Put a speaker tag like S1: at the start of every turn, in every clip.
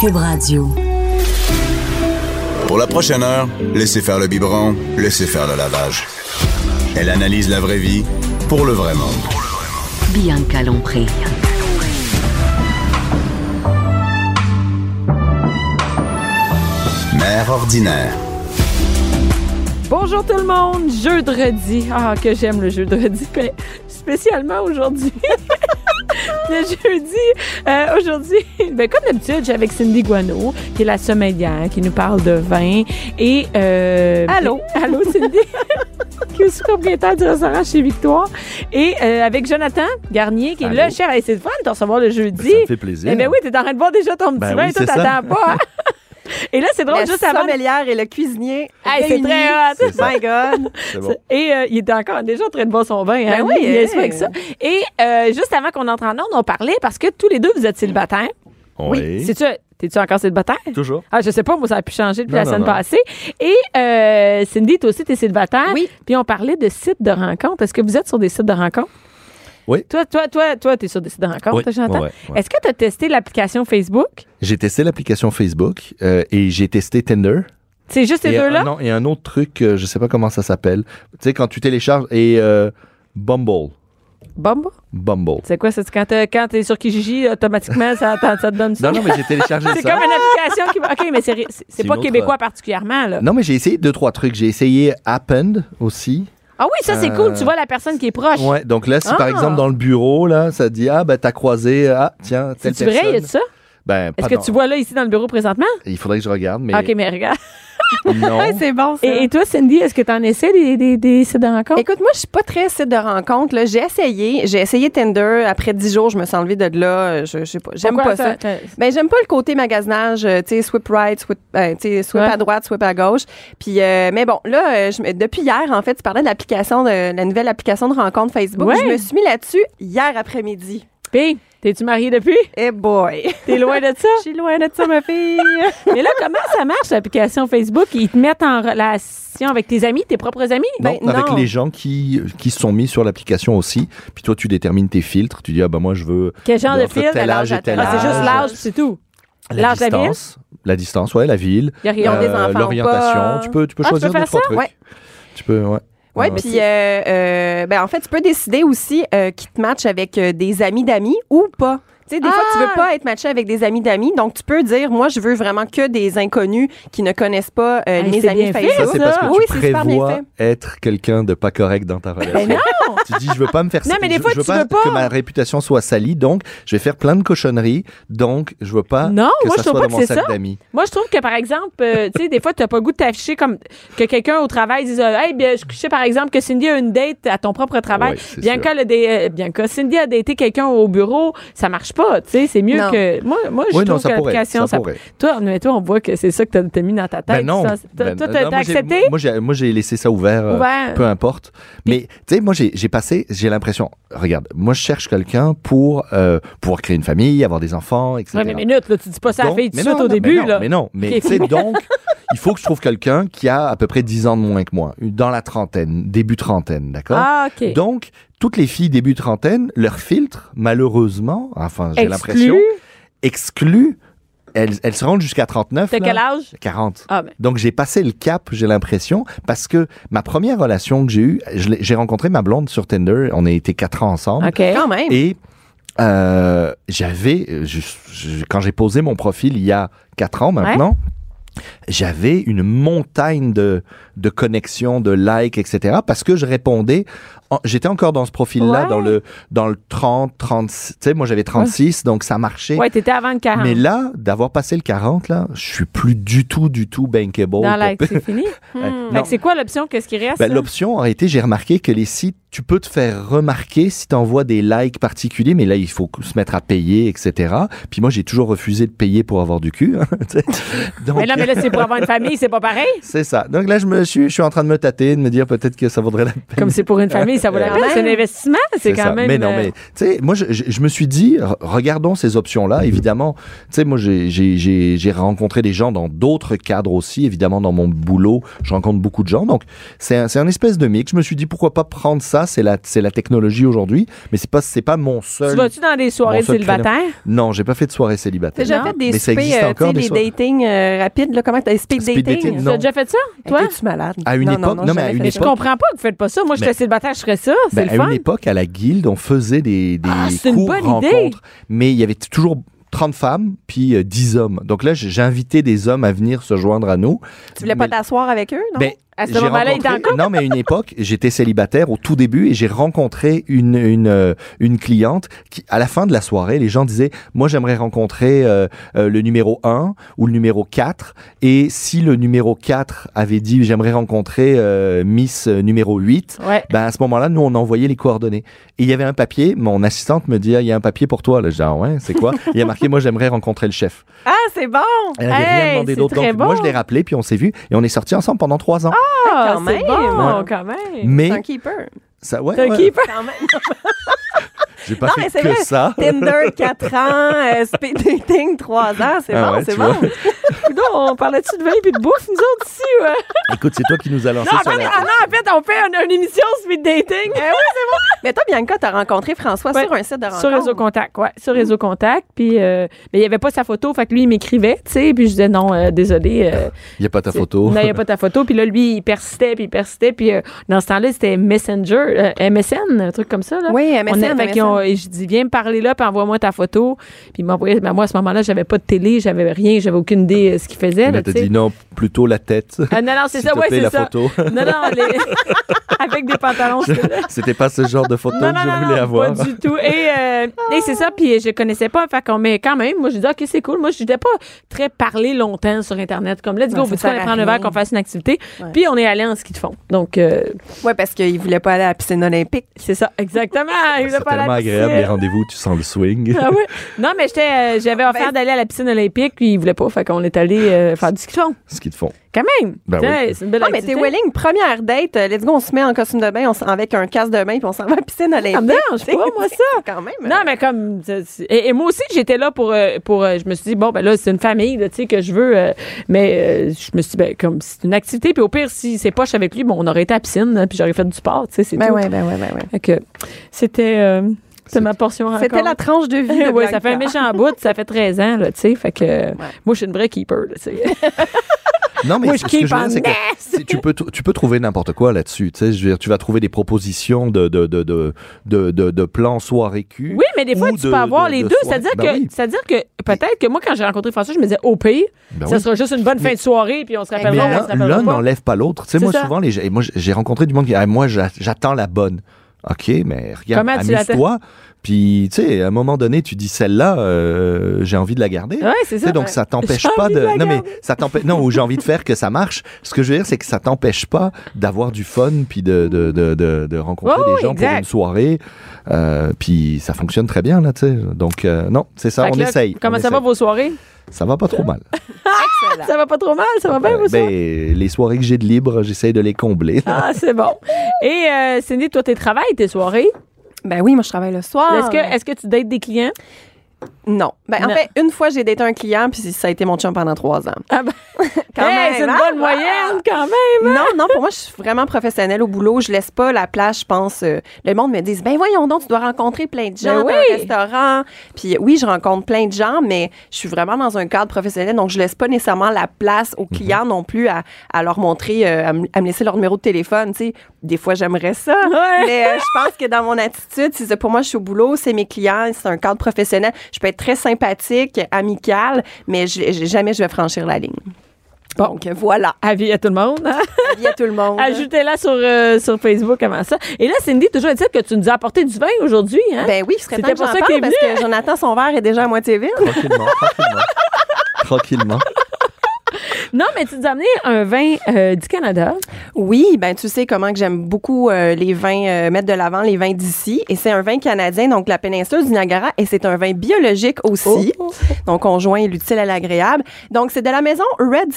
S1: Cube Radio.
S2: Pour la prochaine heure, laissez faire le biberon, laissez faire le lavage. Elle analyse la vraie vie pour le vrai monde.
S1: Bianca Lompré.
S2: Mère ordinaire.
S3: Bonjour tout le monde, jeudi. Ah, que j'aime le jeudi, mais spécialement aujourd'hui. le jeudi, euh, aujourd'hui, ben, comme d'habitude, j'ai avec Cindy Guano, qui est la sommelière, qui nous parle de vin. Et. euh,
S4: Allô.
S3: Allô, Cindy. qui est aussi propriétaire du restaurant chez Victoire. Et euh, avec Jonathan Garnier, qui est le
S5: Allô.
S3: chef. Hey, c'est le fun de te recevoir le jeudi.
S5: Ça me fait plaisir.
S3: Eh ben oui, t'es en train de boire déjà ton petit
S5: Ben
S3: vin,
S5: oui,
S3: toi,
S5: c'est ça.
S3: t'attends pas. hein? Et là, c'est drôle,
S4: La
S3: juste avant.
S4: sommelière et le cuisinier.
S3: Hey, c'est hein.
S4: réunis.
S3: très hot. Ben,
S5: C'est ça.
S4: My God.
S5: C'est bon.
S3: Et euh, il était encore déjà en train de boire son vin. hein?
S4: Ben oui,
S3: il est sûr
S4: hey.
S3: avec ça. Et euh, juste avant qu'on entre en onde, on parlait parce que tous les deux, vous êtes célibataires.
S5: Oui.
S3: C'est-tu, t'es-tu encore célibataire?
S5: Toujours.
S3: Ah, je sais pas, moi, ça a pu changer depuis
S5: Non,
S3: la
S5: non,
S3: semaine
S5: non.
S3: passée. Et euh, Cindy, toi aussi, t'es célibataire.
S4: Oui.
S3: Puis on parlait de sites de rencontres. Est-ce que vous êtes sur des sites de rencontres?
S5: Oui.
S3: Toi, toi, toi, toi, t'es sur des sites de rencontres,
S5: Oui,
S3: toi, j'entends.
S5: ouais, ouais, ouais.
S3: Est-ce que t'as testé l'application Facebook?
S5: J'ai testé l'application Facebook euh, et j'ai testé Tinder.
S3: C'est juste ces
S5: et,
S3: deux-là?
S5: euh, non, et un autre truc, euh, je sais pas comment ça s'appelle. Tu sais, quand tu télécharges et euh, Bumble.
S3: Bumble?
S5: Bumble.
S3: C'est quoi? C'est quand t'es, quand t'es sur Kijiji, automatiquement, ça, t'en- ça te donne ça?
S5: Non, non, mais j'ai téléchargé
S3: C'est
S5: ça.
S3: comme une application qui va. OK, mais c'est, c'est,
S5: C'est
S3: pas
S5: une autre- euh,
S3: québécois particulièrement, là.
S5: Non, mais j'ai essayé deux, trois trucs. J'ai essayé Append aussi.
S3: Ah oui, ça, c'est
S5: Euh,
S3: cool. Tu vois la personne qui est proche.
S5: Ouais, donc là, si
S3: Ah.
S5: par exemple dans le bureau, là, ça dit Ah, ben t'as croisé, euh, ah, tiens, telle
S3: C'est
S5: personne.
S3: vrai, il y a de ça?
S5: Ben,
S3: Est-ce
S5: pas
S3: que
S5: dans-
S3: tu vois là, ici, dans le bureau présentement?
S5: Il faudrait que je regarde, mais
S3: OK, mais regarde.
S5: non.
S4: Hey, c'est bon, ça.
S3: Et, et toi, Cindy, est-ce que tu en essaies des, des, des sites de rencontre?
S4: Écoute, moi, je suis pas très site de rencontre. là. J'ai essayé. J'ai essayé Tinder. Après dix jours, je me suis enlevée de là. Je, je sais pas. J'aime
S3: Pourquoi
S4: pas ça.
S3: t'as-
S4: Ben, j'aime pas le côté magasinage, euh, tu sais, swipe right, swipe, euh, tu sais, swipe
S3: Ouais.
S4: à droite, swipe à gauche. Puis, euh, mais bon, là, euh, je me- depuis hier, en fait, tu parlais de l'application, de, la nouvelle application de rencontre Facebook.
S3: Ouais.
S4: Je me suis mis là-dessus hier après-midi.
S3: Puis, t'es-tu mariée depuis?
S4: Eh boy!
S3: T'es loin de ça?
S4: Je suis loin de ça, ma fille!
S3: mais là, comment ça marche, l'application Facebook? Ils te mettent en relation avec tes amis, tes propres amis?
S5: Non,
S4: Ben,
S5: avec
S4: non.
S5: les gens qui, qui se sont mis sur l'application aussi. Puis toi, tu détermines tes filtres. Tu dis, ah ben moi, je veux
S3: Quel genre de
S5: Entre
S3: fil?
S5: tel âge et tel
S3: Ah, c'est juste
S5: âge.
S3: l'âge, c'est tout.
S5: la
S3: L'âge de la ville?
S5: distance. La distance, ouais, la ville.
S3: Y a
S4: Ils
S3: rien.
S5: Euh,
S4: ont des enfants ou pas.
S5: L'orientation. Tu peux, tu peux
S3: Ah, tu
S5: choisir
S3: peux faire
S5: deux, trois
S3: ça?
S5: trucs.
S4: Ouais.
S5: Tu peux, ouais.
S4: Oui,
S5: Ouais.
S3: Ah,
S4: puis euh, euh, ben, en fait, tu peux décider aussi euh, qui te match avec euh, des amis d'amis ou pas. Tu sais, des fois, tu
S3: Ah!
S4: veux pas être matché avec des amis d'amis, donc tu peux dire, moi, je veux vraiment que des inconnus qui ne connaissent pas euh,
S3: Hey,
S4: mes
S3: c'est
S4: amis
S3: bien fait,
S5: Ça,
S4: Facebook.
S5: c'est
S3: Eh, ça.
S5: parce que
S4: oui,
S5: tu
S4: c'est super bien
S5: prévois
S4: fait.
S5: être quelqu'un de pas correct dans ta relation. tu dis, je veux pas me faire
S3: Non, mais des
S5: je-
S3: fois,
S5: je veux
S3: tu veux pas.
S5: que ma réputation soit salie, donc je vais faire plein de cochonneries, donc je veux pas
S3: Non,
S5: que
S3: moi, je trouve
S5: ça soit
S3: pas
S5: dans
S3: que
S5: mon
S3: c'est
S5: sac
S3: ça.
S5: d'amis.
S3: Moi, je trouve que, par exemple, euh, tu sais, des fois, tu n'as pas le goût de t'afficher comme que quelqu'un au travail dise euh, Hey, bien, je sais, par exemple, que Cindy a une date à ton propre travail.
S5: Ouais, c'est
S3: bien
S5: sûr.
S3: que euh, Cindy a daté quelqu'un au bureau, ça marche pas. Tu sais, c'est mieux
S4: Non.
S3: que. Moi, moi je
S5: Oui, non,
S3: trouve
S5: ça
S3: que
S5: pourrait.
S3: l'application,
S5: Ça
S3: ça-
S5: pourrait.
S3: Toi, mais toi, on voit que c'est ça que tu as, mis dans ta tête.
S5: Ben non.
S3: Ça, t'as-
S5: Ben,
S3: toi,
S5: non,
S3: t'as t'as
S5: moi, j'ai-
S3: accepté?
S5: Moi, j'ai- moi, j'ai laissé ça ouvert. euh,
S3: Ouvert.
S5: peu importe. Mais tu sais, moi, j'ai j'ai passé, j'ai l'impression, regarde, moi, je cherche quelqu'un pour euh, pouvoir créer une famille, avoir des enfants, etc.
S3: Ouais, mais minute, là, tu dis pas ça à la
S5: Donc-
S3: fille tout de
S5: mais
S3: suite
S5: non,
S3: au
S5: non, mais
S3: début.
S5: non,
S3: là.
S5: Mais non, mais
S3: Ok.
S5: tu sais, donc, il faut que je trouve quelqu'un qui a à peu près 10 ans de moins que moi, dans la trentaine, début trentaine, d'accord
S3: Ah, OK.
S5: Donc, toutes les filles début trentaine, leur filtre, malheureusement, enfin, j'ai
S3: Exclu.
S5: l'impression, exclu, elles, elles se rendent jusqu'à 39.
S3: T'as
S5: là.
S3: quel âge?
S5: 40.
S3: Ah, ben.
S5: Donc j'ai passé le cap, j'ai l'impression, parce que ma première relation que j'ai eue, je l'ai- j'ai rencontré ma blonde sur Tinder, on a été quatre ans ensemble,
S3: OK.
S4: Quand même.
S5: et euh, j'avais, euh, je- je- quand j'ai posé mon profil il y a quatre ans maintenant, j'avais une montagne de, de connexions, de likes, etc. Parce que je répondais, en- j'étais encore dans ce profil-là,
S3: Ouais.
S5: dans le dans le 30, 36, tu sais, moi j'avais 36, donc ça marchait.
S3: Ouais, t'étais avant le 40.
S5: Mais là, d'avoir passé le 40, là, je suis plus du tout, du tout bankable.
S3: dans
S5: pour-
S3: la... C'est fini? Fait
S5: Ouais. oh, Non.
S3: que c'est quoi l'option? Qu'est-ce qui reste?
S5: Ben,
S3: là?
S5: L'option aurait été, j'ai remarqué que les sites, tu peux te faire remarquer si tu envoies des likes particuliers, mais là, il faut se mettre à payer, etc. Puis moi, j'ai toujours refusé de payer pour avoir du cul. hein, tu sais. Donc,
S3: Mais non, mais là, c'est pour avoir une famille, c'est pas pareil.
S5: c'est ça. Donc là, je me, je suis, je suis en train de me tâter, de me dire peut-être que ça vaudrait la peine.
S3: Comme c'est pour une famille, ça vaut la
S4: Quand
S3: peine.
S4: même.
S3: Euh, C'est un investissement. C'est quand
S5: ça.
S3: même. euh,
S5: Mais non, mais tu sais, moi, je, je- je me suis dit, re- regardons ces
S3: Mhm.
S5: options-là. Évidemment, tu sais, moi, j'ai- j'ai j'ai- j'ai rencontré des gens dans d'autres cadres aussi. Évidemment, dans mon boulot, je rencontre beaucoup de gens. Donc, c'est un, c'est un espèce de mix. Je me suis dit, pourquoi pas prendre ça C'est la, c'est la technologie aujourd'hui, mais c'est pas, c'est pas mon
S3: euh, Tu
S5: seul.
S3: vas-tu dans des soirées de
S5: seul créneau.
S3: célibataires?
S5: Non, j'ai pas fait de soirée
S4: T'as
S5: célibataire.
S4: déjà
S3: Non.
S4: fait des
S5: Mais ça
S4: soupers,
S5: existe
S4: euh, tu
S5: encore,
S4: sais,
S5: des
S4: des
S5: soirées.
S4: datings euh, rapides, là, comment t'as speed,
S5: Speed
S4: dating?
S5: dating,
S4: euh,
S5: Non.
S3: T'as déjà fait ça, toi?
S4: Toi? tu malade?
S5: À une
S4: Non,
S5: époque- non, mais à
S4: jamais
S5: une
S4: fait
S3: Mais je
S4: ça.
S5: époque-
S3: comprends pas que vous faites pas ça. Moi, j'étais
S5: Mais-
S3: célibataire, je ferais ça. C'est
S5: Ben,
S3: le
S5: à
S3: fun.
S5: une époque, à la guilde, on faisait des, des
S3: Ah, c'est une
S5: cours
S3: bonne idée.
S5: rencontres, mais il y avait toujours 30 femmes puis euh, 10 hommes. Donc là, j'ai j'ai invité des hommes à venir se joindre à nous.
S4: Tu voulais pas
S5: Mais-
S4: t'asseoir avec eux, non?
S5: ben,
S3: À ce
S5: j'ai
S3: moment-là, il était
S5: rencontré- Non, mais à une époque, j'étais célibataire au tout début et j'ai rencontré une, une, euh, une cliente qui, à la fin de la soirée, les gens disaient Moi, j'aimerais rencontrer euh, euh, le numéro 1 ou le numéro 4. Et si le numéro 4 avait dit J'aimerais rencontrer euh, Miss euh, numéro 8,
S3: Ouais.
S5: ben à ce moment-là, nous, on envoyait les coordonnées. Et il y avait un papier, mon assistante me dit Ah, Il y a un papier pour toi. Là, je dis Ah, ouais, c'est quoi Il y a marqué Moi, j'aimerais rencontrer le chef.
S4: Ah, c'est bon!
S5: Elle n'avait
S3: Hey,
S5: rien demandé
S3: c'est
S5: d'autre.
S3: très
S5: Donc, moi,
S3: bon.
S5: je l'ai rappelé, puis on s'est vu et on est sortis ensemble pendant trois ans.
S3: Ah,
S4: quand
S3: c'est
S4: même.
S3: bon,
S4: Ouais.
S3: quand même.
S4: C'est
S5: Mais
S4: un keeper.
S5: ça, ouais,
S3: T'as un
S5: ouais.
S3: keeper.
S4: Quand même.
S5: J'ai pas
S4: Non, mais
S5: fait
S4: c'est
S5: que
S4: vrai.
S5: ça.
S4: Tinder, 4 ans, euh, speed dating, 3 ans, c'est
S5: Ah
S4: bon,
S5: ouais,
S4: c'est
S5: tu
S4: bon.
S5: vois.
S3: Coudon, on parlait-tu de vin puis de bouffe, nous autres, ici? Ouais.
S5: Écoute, c'est toi qui nous as lancé
S3: Non, en
S5: sur
S3: fait,
S5: la-
S3: ah non, en fait, on fait une, une émission speed dating
S4: Mais toi, Bianca, t'as rencontré François
S3: Ouais.
S4: sur un site de rencontre.
S3: sur Réseau Contact, ouais, sur Réseau Contact. Puis, euh, mais il n'y avait pas sa photo, fait que lui, il m'écrivait, tu sais, puis je disais non, euh, désolé. euh,
S5: Il n'y a pas ta
S3: c'est-
S5: photo.
S3: Non, il n'y a pas ta photo. Puis là, lui, il persistait, puis il persistait. Puis euh, dans ce temps-là, c'était Messenger, euh, MSN, un truc comme ça, là.
S4: Oui, MSN,
S3: On a- fait qu'ils ont-
S4: MSN.
S3: et je dis, viens me parler là, puis envoie-moi ta photo. Puis il m'a envoyé- mais moi, à ce moment-là, j'avais pas de télé, j'avais rien, j'avais aucune idée de ce qu'il faisait.
S5: Elle
S3: là,
S5: t'a
S3: tu sais.
S5: dit non, plutôt la tête.
S3: Ah, non, non, c'est
S5: S'il
S3: ça,
S5: te
S3: ouais,
S5: plaît,
S3: c'est
S5: la
S3: ça.
S5: photo.
S3: Non, non, les- avec des pantalons, c'était
S5: C'était pas ce genre de photo
S3: non,
S5: que
S3: non,
S5: je
S3: non,
S5: voulais
S3: non,
S5: avoir.
S3: Pas du tout. Et, euh, et c'est ça, puis je connaissais pas. Fait qu'on, mais quand même, moi, je dis, OK, c'est cool. Moi, je n'étais pas très parler longtemps sur Internet. Comme là, dis
S4: Ouais,
S3: go,
S4: ça
S3: veux-tu qu'on
S4: sert
S3: aille
S4: à
S3: prendre un verre,
S4: rien.
S3: qu'on fasse une activité?
S4: Ouais.
S3: Puis on est allé en ski de fond. Donc, euh,
S4: Ouais, parce qu'il voulait pas aller à la piscine olympique.
S3: c'est ça, exactement. Il voulait
S5: C'est
S3: pas aller à
S5: tellement
S3: la
S5: agréable
S3: piscine.
S5: les rendez-vous, tu sens le swing.
S3: Ah oui. Non, mais j'étais, euh, j'avais offert d'aller à la piscine olympique, puis il voulait pas. Fait qu'on est allé euh, faire du ski de fond.
S5: Ce qu'ils te font.
S3: Quand même.
S5: Ben
S3: Tu sais,
S5: oui.
S3: C'est une belle
S4: Non, mais
S3: activité.
S4: t'es willing, première date, euh, let's go, on se met en costume de bain, on s'en- avec un casque de bain, puis on s'en va à la piscine olympique.
S3: Ça me dérange Ah, pas, moi, ça.
S4: Quand même.
S3: Non, mais comme. c'est- c'est- Et, et moi aussi, j'étais là pour. euh, pour euh, je me suis dit, bon, ben là, c'est une famille, là, tu sais, que je veux. euh, mais euh, je me suis dit, ben, comme, c'est une activité. Puis au pire, si c'est poche avec lui, bon, on aurait été à la piscine, là, puis j'aurais fait du sport, tu sais, c'est
S4: Ben
S3: tout.
S4: ouais, ben ouais, ben ouais.
S3: Fait que c'était. euh, c'est ma portion encore.
S4: C'était la tranche de vie. de
S3: Ouais, ça
S4: Bianca.
S3: fait un méchant bout, ça fait 13 ans, là, tu sais. Fait que. euh, Moi, je suis une vraie keeper, là, tu sais.
S5: Non, mais
S3: Moi,
S5: ce
S3: je
S5: que je
S3: keep
S5: veux dire,
S3: on
S5: c'est que c'est- tu peux, tr- tu peux trouver n'importe quoi là-dessus. Tu sais, je veux dire, tu vas trouver des propositions de, de, de, de, de, de- de plans soirée cul.
S3: Oui, mais des fois,
S5: Ou
S3: tu
S5: de-
S3: peux avoir
S5: de-
S3: les
S5: de
S3: deux.
S5: soirée.
S3: C'est-à-dire
S5: Ben
S3: que,
S5: oui.
S3: c'est-à-dire que peut-être que moi, quand j'ai rencontré François, je me disais, au pire,
S5: Ben
S3: ça
S5: oui. Eh,
S3: sera juste une bonne fin de soirée, puis on se
S5: Mais
S3: rappellera. ou on se
S5: l'un-
S3: rappellera
S5: l'un
S3: pas.
S5: n'enlève pas l'autre. Tu sais,
S3: C'est
S5: moi,
S3: ça.
S5: souvent, les, gens- et moi, j'ai rencontré du monde qui dit, Ah, moi, j'a- j'attends la bonne. OK, mais regarde,
S3: Comment tu
S5: amuse-toi. Puis, tu sais, à un moment donné, tu dis, celle-là, euh, j'ai envie de la garder.
S3: Ouais, c'est
S5: Tu
S3: ça.
S5: sais, donc, ça t'empêche
S3: J'ai
S5: pas
S3: envie
S5: de.
S3: de la
S5: non, mais
S3: garder.
S5: ça t'empêche. Non, ou j'ai envie de faire que ça marche. Ce que je veux dire, c'est que ça t'empêche pas d'avoir du fun, puis de, de, de, de, de rencontrer
S3: Oh,
S5: des gens
S3: exact.
S5: pour une soirée. Euh, puis, ça fonctionne très bien, là, tu sais. Donc, euh, non, c'est ça,
S3: Fait que
S5: on
S3: là,
S5: essaye.
S3: Comment
S5: on
S3: ça va
S5: essaye.
S3: vos soirées?
S5: Ça va pas trop mal.
S4: Excellent.
S3: Ça va pas trop mal? Ça va bien
S5: Euh,
S3: vos soirées?
S5: ben, les soirées que j'ai de libre, j'essaye de les combler.
S3: Ah, c'est bon. Et euh, Cindy, toi, tes travails, tes soirées.
S4: Ben oui, moi, je travaille le soir.
S3: Est-ce que, est-ce que tu dates des clients?
S4: Non. Ben,
S3: Non.
S4: en fait, une fois, j'ai daté un client, puis ça a été mon chum pendant trois ans.
S3: Ah ben,
S4: Quand
S3: hey,
S4: même,
S3: c'est une
S4: hein?
S3: bonne moyenne quand même.
S4: Non, non, pour moi, je suis vraiment professionnelle au boulot. Je laisse pas la place, je pense. euh, le monde me dit, ben voyons donc, tu dois rencontrer plein de gens
S3: Ben
S4: dans
S3: oui.
S4: un restaurant. Puis oui, je rencontre plein de gens, mais je suis vraiment dans un cadre professionnel, donc je laisse pas nécessairement la place
S3: Mhm.
S4: aux clients non plus à, à leur montrer, euh, à, me- à me laisser leur numéro de téléphone. Tu sais, des fois, j'aimerais ça,
S3: Ouais.
S4: mais euh, je pense que dans mon attitude, c'est ça. pour moi, je suis au boulot, c'est mes clients, c'est un cadre professionnel. Je peux être très sympathique, amicale, mais je- je- jamais je vais franchir la ligne.
S3: Bon.
S4: Donc voilà,
S3: Avis à tout le monde. hein?
S4: avis à tout le monde.
S3: Ajoutez-la sur, euh, sur Facebook avant ça. Et là, Cindy, toujours est-il que tu nous as apporté du vin aujourd'hui. Hein?
S4: Ben oui, ce serait temps
S3: C'était
S4: que j'en
S3: pour ça
S4: parle
S3: qu'il est
S4: parce que Jonathan, son verre est déjà à moitié vide.
S5: Tranquillement, tranquillement. Tranquillement.
S3: Non, mais tu nous as amené un vin euh, du Canada.
S4: Oui, ben tu sais comment que j'aime beaucoup euh, les vins, euh, mettre de l'avant les vins d'ici. Et c'est un vin canadien, donc la péninsule du Niagara, et c'est un vin biologique aussi.
S3: Oh.
S4: Donc on joint l'utile à l'agréable. Donc c'est de la maison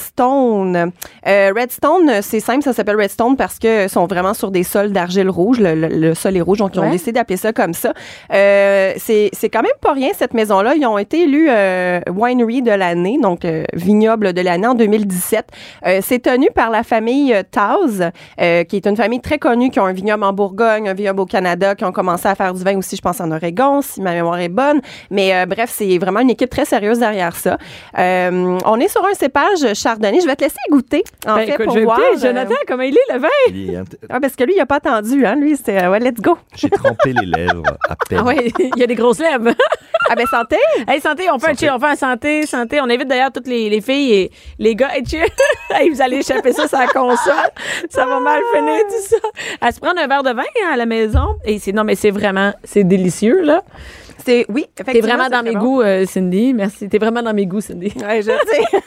S4: Redstone. Euh, Redstone, euh, c'est simple, ça s'appelle Redstone parce que sont vraiment sur des sols d'argile rouge. Le, le- le sol est rouge, donc ils
S3: Ouais.
S4: ont décidé d'appeler ça comme ça. Euh, c'est c'est quand même pas rien cette maison-là. Ils ont été élus euh, winery de l'année, donc euh, vignoble de l'année en 2017. Euh, c'est tenu par la famille euh, Taus, euh, qui est une famille très connue, qui ont un vignoble en Bourgogne, un vignoble au Canada, qui ont commencé à faire du vin aussi, je pense, en Oregon, si ma mémoire est bonne. Mais euh, bref, c'est vraiment une équipe très sérieuse derrière ça. Euh, on est sur un cépage chardonnay. Je vais te laisser goûter, en
S3: Ben,
S4: fait,
S3: écoute,
S4: pour
S3: je vais
S4: voir.
S3: goûter.
S4: euh,
S3: Jonathan, comment il est le vin?
S5: Il est int-
S4: ah, parce que lui, il n'a pas attendu. Hein? Lui, c'était euh, ouais, let's go.
S5: J'ai trempé les lèvres à peine.
S3: Ah ouais, il y a des grosses lèvres.
S4: Ah, ben, santé.
S3: hey, santé, on fait un cheer, on fait un santé, santé. On invite d'ailleurs toutes les, les filles et les gars. Hey, cheer. hey, vous allez échapper ça sur la console. Ça va mal finir, tout ça. À se prendre un verre de vin hein, à la maison. Et c'est, non, mais c'est vraiment, c'est délicieux, là.
S4: C'est, oui,
S3: T'es
S4: effectivement,
S3: vraiment
S4: c'est
S3: dans
S4: très
S3: mes
S4: bon.
S3: goûts, euh, Cindy. Merci. T'es vraiment dans mes goûts, Cindy.
S4: Ouais, je sais.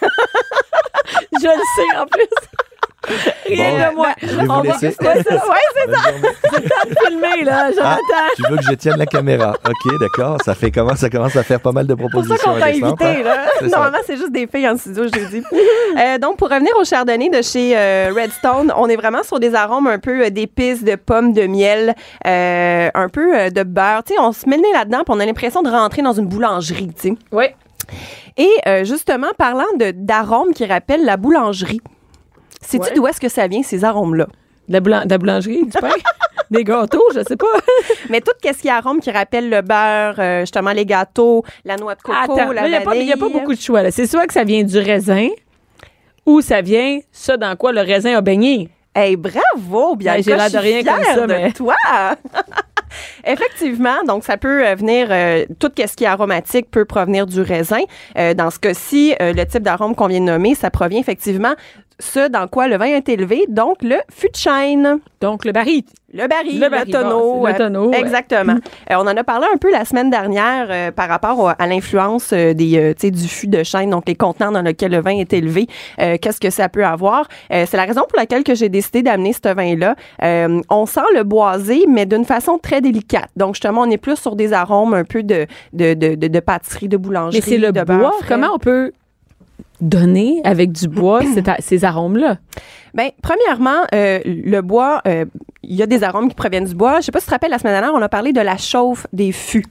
S3: Je le sais, en plus. Rien
S5: Bon,
S3: de moi.
S5: je vais vous
S3: on va
S5: laisser.
S3: Ouais, c'est ça. Ouais,
S5: Bonne journée.
S3: c'est filmé, là, Jonathan.
S5: Ah, tu veux que je tienne la caméra. OK, d'accord. Ça fait comment ça commence à faire pas mal de
S4: pour
S5: propositions.
S4: ça qu'on t'a
S5: indécentes,
S4: invité,
S5: hein.
S4: là.
S5: C'est ça.
S4: Normalement, c'est juste des filles en studio, je l'ai dit. Euh, donc, pour revenir au chardonnay de chez euh, Redstone, on est vraiment sur des arômes un peu euh, d'épices, de pommes, de miel, euh, un peu euh, de beurre. Tu sais, on se met le nez là-dedans, puis on a l'impression de rentrer dans une boulangerie, tu sais.
S3: Oui.
S4: Et euh, justement, parlant de d'arômes qui rappellent la boulangerie, sais-tu
S3: Ouais.
S4: d'où est-ce que ça vient, ces arômes-là?
S3: De la, boulan- de la boulangerie, du pain, des gâteaux, je sais pas.
S4: Mais tout ce qui est arôme qui rappelle le beurre, euh, justement les gâteaux, la noix de coco,
S3: Attends,
S4: la
S3: là, il n'y a, pas-
S4: vanille.
S3: il y a pas beaucoup de choix. là. C'est soit que ça vient du raisin ou ça vient ce dans quoi le raisin a baigné.
S4: Hey, bravo, bien
S3: Ben, j'ai l'air de rien comme ça, mais-
S4: toi. Effectivement, donc ça peut euh, venir euh, tout ce qui est aromatique peut provenir du raisin. Euh, dans ce cas-ci, euh, le type d'arôme qu'on vient de nommer, ça provient effectivement ce dans quoi le vin est élevé, donc le fût de chêne.
S3: Donc, le baril.
S4: Le baril,
S3: Le
S4: le,
S3: baril,
S4: tonneau.
S3: bon, c'est le
S4: euh,
S3: tonneau, ouais.
S4: Exactement. Euh, on en a parlé un peu la semaine dernière euh, par rapport au- à l'influence euh, des, euh, tu sais, du fût de chêne, donc les contenants dans lesquels le vin est élevé. Euh, Qu'est-ce que ça peut avoir? Euh, C'est la raison pour laquelle que j'ai décidé d'amener ce vin-là. Euh, on sent le boisé, mais d'une façon très délicate. Donc, justement, on est plus sur des arômes un peu de, de, de, de, de pâtisserie, de boulangerie,
S3: Mais c'est le
S4: de
S3: bois.
S4: beurre frais.
S3: Comment on peut donner avec du bois cet a- ces arômes-là?
S4: Ben, premièrement, euh, le bois, euh, il y a des arômes qui proviennent du bois. Je sais pas si tu te rappelles, la semaine dernière, on a parlé de la chauffe des fûts.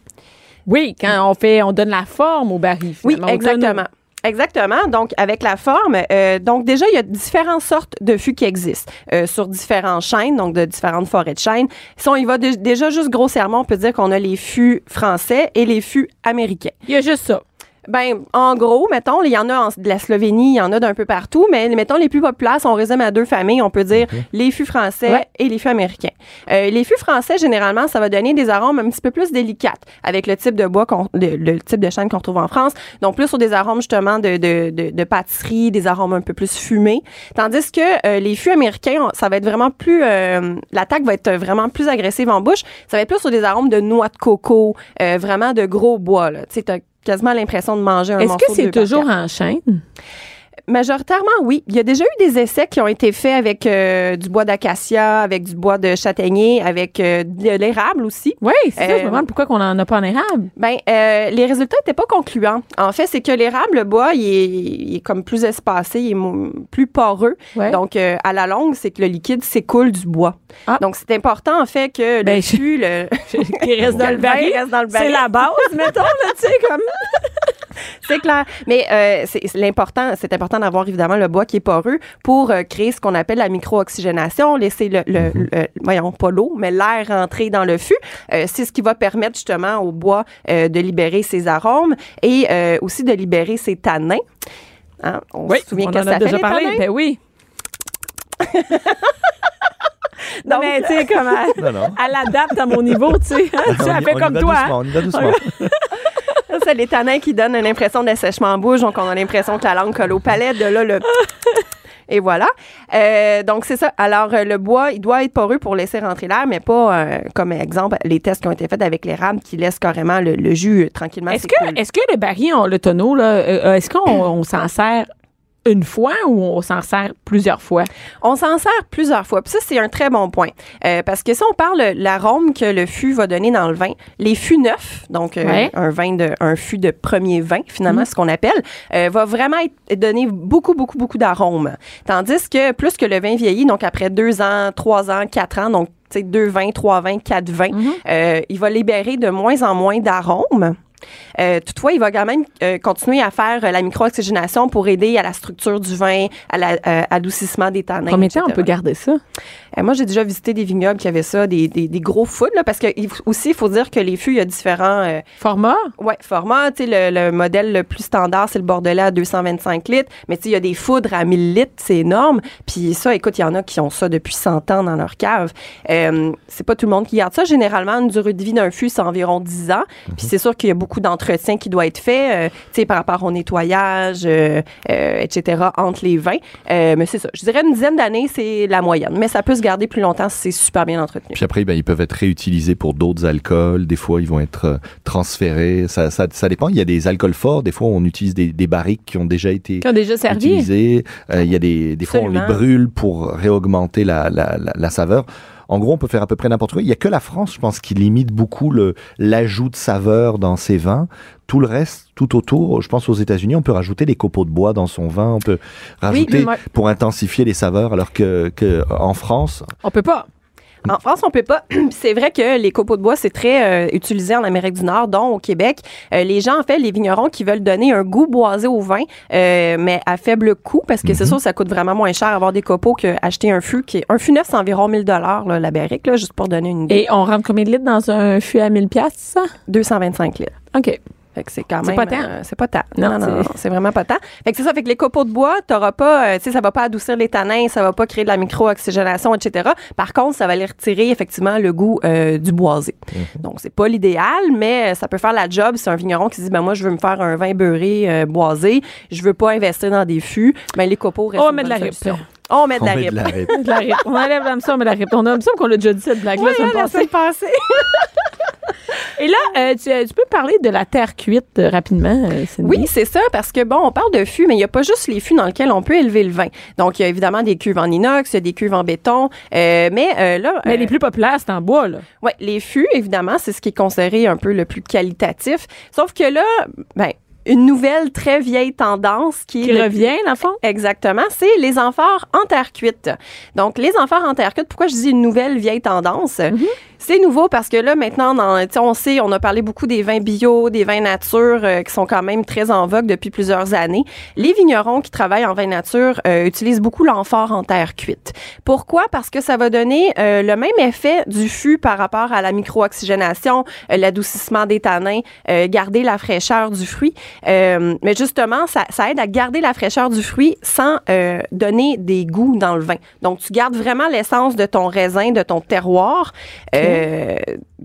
S3: Oui, quand on fait, on donne la forme au baril.
S4: Oui,
S3: finalement, au
S4: exactement.
S3: tonneau.
S4: Exactement. Donc, avec la forme, euh, donc déjà, il y a différentes sortes de fûts qui existent euh, sur différentes chaînes, donc de différentes forêts de chênes. Si on y va de- déjà juste grossièrement, on peut dire qu'on a les fûts français et les fûts américains.
S3: Il y a juste ça.
S4: Ben, en gros, mettons, il y en a en- de la Slovénie, il y en a d'un peu partout, mais mettons les plus populaires, si on résume à deux familles, on peut dire les fûts français
S3: Ouais.
S4: et les fûts américains. Euh, les fûts français, généralement, ça va donner des arômes un petit peu plus délicates avec le type de bois, qu'on- le, le type de chêne qu'on trouve en France. Donc, plus sur des arômes, justement, de, de, de, de pâtisserie, des arômes un peu plus fumés. Tandis que euh, les fûts américains, on- ça va être vraiment plus... euh, L'attaque va être vraiment plus agressive en bouche. Ça va être plus sur des arômes de noix de coco, euh, vraiment de gros bois, là. Tu sais, t'as quasiment l'impression de manger un
S3: Est-ce
S4: morceau
S3: que
S4: de
S3: c'est
S4: deux par
S3: toujours
S4: quatre.
S3: en chaîne?
S4: Majoritairement, oui. Il y a déjà eu des essais qui ont été faits avec euh, du bois d'acacia, avec du bois de châtaignier, avec euh, de l'érable aussi.
S3: Oui, c'est ça. Je me
S4: Euh,
S3: demande pourquoi qu'on n'en a pas en érable.
S4: Ben, euh, les résultats n'étaient pas concluants. En fait, c'est que l'érable, le bois, il est, il est comme plus espacé, il est mou- plus poreux.
S3: Ouais.
S4: Donc, euh, à la longue, c'est que le liquide s'écoule du bois.
S3: Ah.
S4: Donc, c'est important, en fait, que
S3: Ben,
S4: le
S3: je-
S4: fût, le...
S3: Qui reste dans le
S4: le vin
S3: baril.
S4: reste dans le
S3: C'est
S4: baril.
S3: la base, mettons, là, tu sais, comme.
S4: C'est clair. Mais euh, c'est c'est l'important, c'est important d'avoir évidemment le bois qui est poreux pour euh, créer ce qu'on appelle la micro-oxygénation, laisser le, le-
S3: Mm-hmm.
S4: le- voyons pas l'eau, mais l'air rentrer dans le fût. Euh, c'est ce qui va permettre justement au bois euh, de libérer ses arômes et euh, aussi de libérer ses tanins. Hein, on se souvient
S3: on
S4: que
S3: en
S4: ça
S3: a
S4: fait
S3: déjà
S4: les
S3: parlé.
S4: tanins?
S3: Ben oui. non,
S4: Donc-
S3: mais tu sais, comme elle,
S5: Non, non.
S3: elle adapte à mon niveau, tu sais. hein. tu sais,
S5: Ben, On y-
S3: elle fait
S5: on y
S3: comme
S5: va
S3: toi.
S5: doucement,
S3: hein.
S5: on y va doucement.
S4: C'est les tanins qui donnent une impression d'assèchement en bouche, donc on a l'impression que la langue colle au palais, de là le... Et voilà. Euh, donc, c'est ça. Alors, euh, le bois, il doit être poreux pour laisser rentrer l'air, mais pas, euh, comme exemple, les tests qui ont été faits avec les rames qui laissent carrément le,
S3: Ah,
S4: le jus euh, tranquillement
S3: Est-ce
S4: s'écouler.
S3: que, est que le baril, on- le tonneau, là, euh, euh, est-ce qu'on on s'en sert une fois ou on s'en sert plusieurs fois?
S4: On s'en sert plusieurs fois. Puis ça, c'est un très bon point. Euh, parce que si on parle de l'arôme que le fût va donner dans le vin, les fûts neufs, donc euh,
S3: Ouais.
S4: un vin de, un fût de premier vin, finalement, ce qu'on appelle, euh, va vraiment être- donner beaucoup, beaucoup, beaucoup d'arômes. Tandis que plus que le vin vieillit, donc après deux ans, trois ans, quatre ans, donc tu sais, deux vins, trois vins, quatre vins, euh, il va libérer de moins en moins d'arômes. Euh, toutefois, il va quand même euh, continuer à faire euh, la micro-oxygénation pour aider à la structure du vin, à l'adoucissement des tanins.
S3: Combien de temps on
S4: etc.
S3: peut garder ça?
S4: Euh, moi, j'ai déjà visité des vignobles qui avaient ça, des, des, des gros foods, là, parce que il- aussi, il faut dire que les fûts, il y a différents euh,
S3: Format?
S4: ouais, formats. Tu sais, le, le modèle le plus standard, c'est le bordelais à 225 litres, mais tu sais, il y a des foudres à 1000 litres, c'est énorme. Puis ça, écoute, il y en a qui ont ça depuis 100 ans dans leur cave. Euh, c'est pas tout le monde qui garde ça. Généralement, une durée de vie d'un fût, c'est environ 10 ans. Puis c'est sûr qu'il y a beaucoup d'entretien qui doit être fait, euh, tu sais, par rapport au nettoyage, euh, euh, etc., entre les vins. Euh, mais c'est ça. Je dirais une dizaine d'années, c'est la moyenne. Mais ça peut se garder plus longtemps si c'est super bien entretenu.
S5: Puis après, ben, ils peuvent être réutilisés pour d'autres alcools. Des fois, ils vont être euh, transférés. Ça, ça, ça dépend. Il y a des alcools forts. Des fois, on utilise des, des barriques qui ont déjà été
S3: Qui ont déjà servi?
S5: utilisées. Euh, il y a des, des fois, on les
S4: Absolument.
S5: brûle pour réaugmenter la, la, la, la saveur. En gros, on peut faire à peu près n'importe quoi. Il y a que la France, je pense, qui limite beaucoup le l'ajout de saveur dans ses vins. Tout le reste, tout autour, je pense aux États-Unis, on peut rajouter des copeaux de bois dans son vin. On peut rajouter
S3: ouais.
S5: pour intensifier les saveurs. Alors que, que en France,
S3: On peut pas.
S4: En France, on peut pas. Puis c'est vrai que les copeaux de bois, c'est très euh, utilisé en Amérique du Nord, dont au Québec. Euh, les gens, en fait, les vignerons qui veulent donner un goût boisé au vin, euh, mais à faible coût, parce que c'est sûr, ça coûte vraiment moins cher avoir des copeaux qu'acheter un fût. Qui est, un fût neuf, c'est environ 1000 dollars la barrique, là, juste pour donner une idée.
S3: Et on rentre combien de litres dans un fût à 1000 piastres, ça?
S4: 225 litres.
S3: OK.
S4: Fait que c'est quand
S3: C'est
S4: même.
S3: pas tant.
S4: euh, c'est pas tant.
S3: Non,
S4: Non, non,
S3: c'est-
S4: non, c'est vraiment pas tant. Fait que c'est ça. Fait que les copeaux de bois, t'auras pas, euh, tu sais, ça va pas adoucir les tanins, ça va pas créer de la micro-oxygénation, etc. Par contre, ça va aller retirer effectivement le goût euh, du boisé.
S3: Mm-hmm.
S4: Donc, c'est pas l'idéal, mais euh, ça peut faire la job. C'est un vigneron qui se dit, ben moi, je veux me faire un vin beurré euh, boisé, je veux pas investir dans des fûts. Ben, les copeaux restent.
S3: On va
S4: une
S3: mettre de
S4: bonne
S3: la rip.
S4: solution. On met de la
S5: on met
S4: rip.
S5: de la rip.
S3: De la rip. On enlève l'âme, ça, on met de la rip. On a l'impression qu'on l'a déjà dit cette blague-là
S4: Ouais,
S3: la semaine
S4: Ah, la
S3: passée.
S4: semaine passée.
S3: Et là, euh, tu, euh, tu peux parler de la terre cuite euh, rapidement, euh, Cindy?
S4: Oui, c'est ça, parce que bon, on parle de fûts, mais il n'y a pas juste les fûts dans lesquels on peut élever le vin. Donc, il y a évidemment des cuves en inox, il y a des cuves en béton, euh, mais euh, là.
S3: Mais
S4: euh,
S3: les plus populaires, c'est en bois, là.
S4: ouais, les fûts, évidemment, c'est ce qui est considéré un peu le plus qualitatif. Sauf que là, ben, une nouvelle très vieille tendance qui, est
S3: Qui
S4: le-
S3: revient, dans le fond?
S4: Exactement, c'est les amphores en terre cuite. Donc, les amphores en terre cuite, pourquoi je dis une nouvelle vieille tendance? C'est nouveau parce que là, maintenant, dans- tu sais, on sait, on a parlé beaucoup des vins bio, des vins nature euh, qui sont quand même très en vogue depuis plusieurs années. Les vignerons qui travaillent en vin nature euh, utilisent beaucoup l'amphore en terre cuite. Pourquoi? Parce que ça va donner euh, le même effet du fût par rapport à la micro-oxygénation, euh, l'adoucissement des tanins, euh, garder la fraîcheur du fruit. Euh, mais justement, ça, ça aide à garder la fraîcheur du fruit sans euh, donner des goûts dans le vin. Donc, tu gardes vraiment l'essence de ton raisin, de ton terroir. Euh,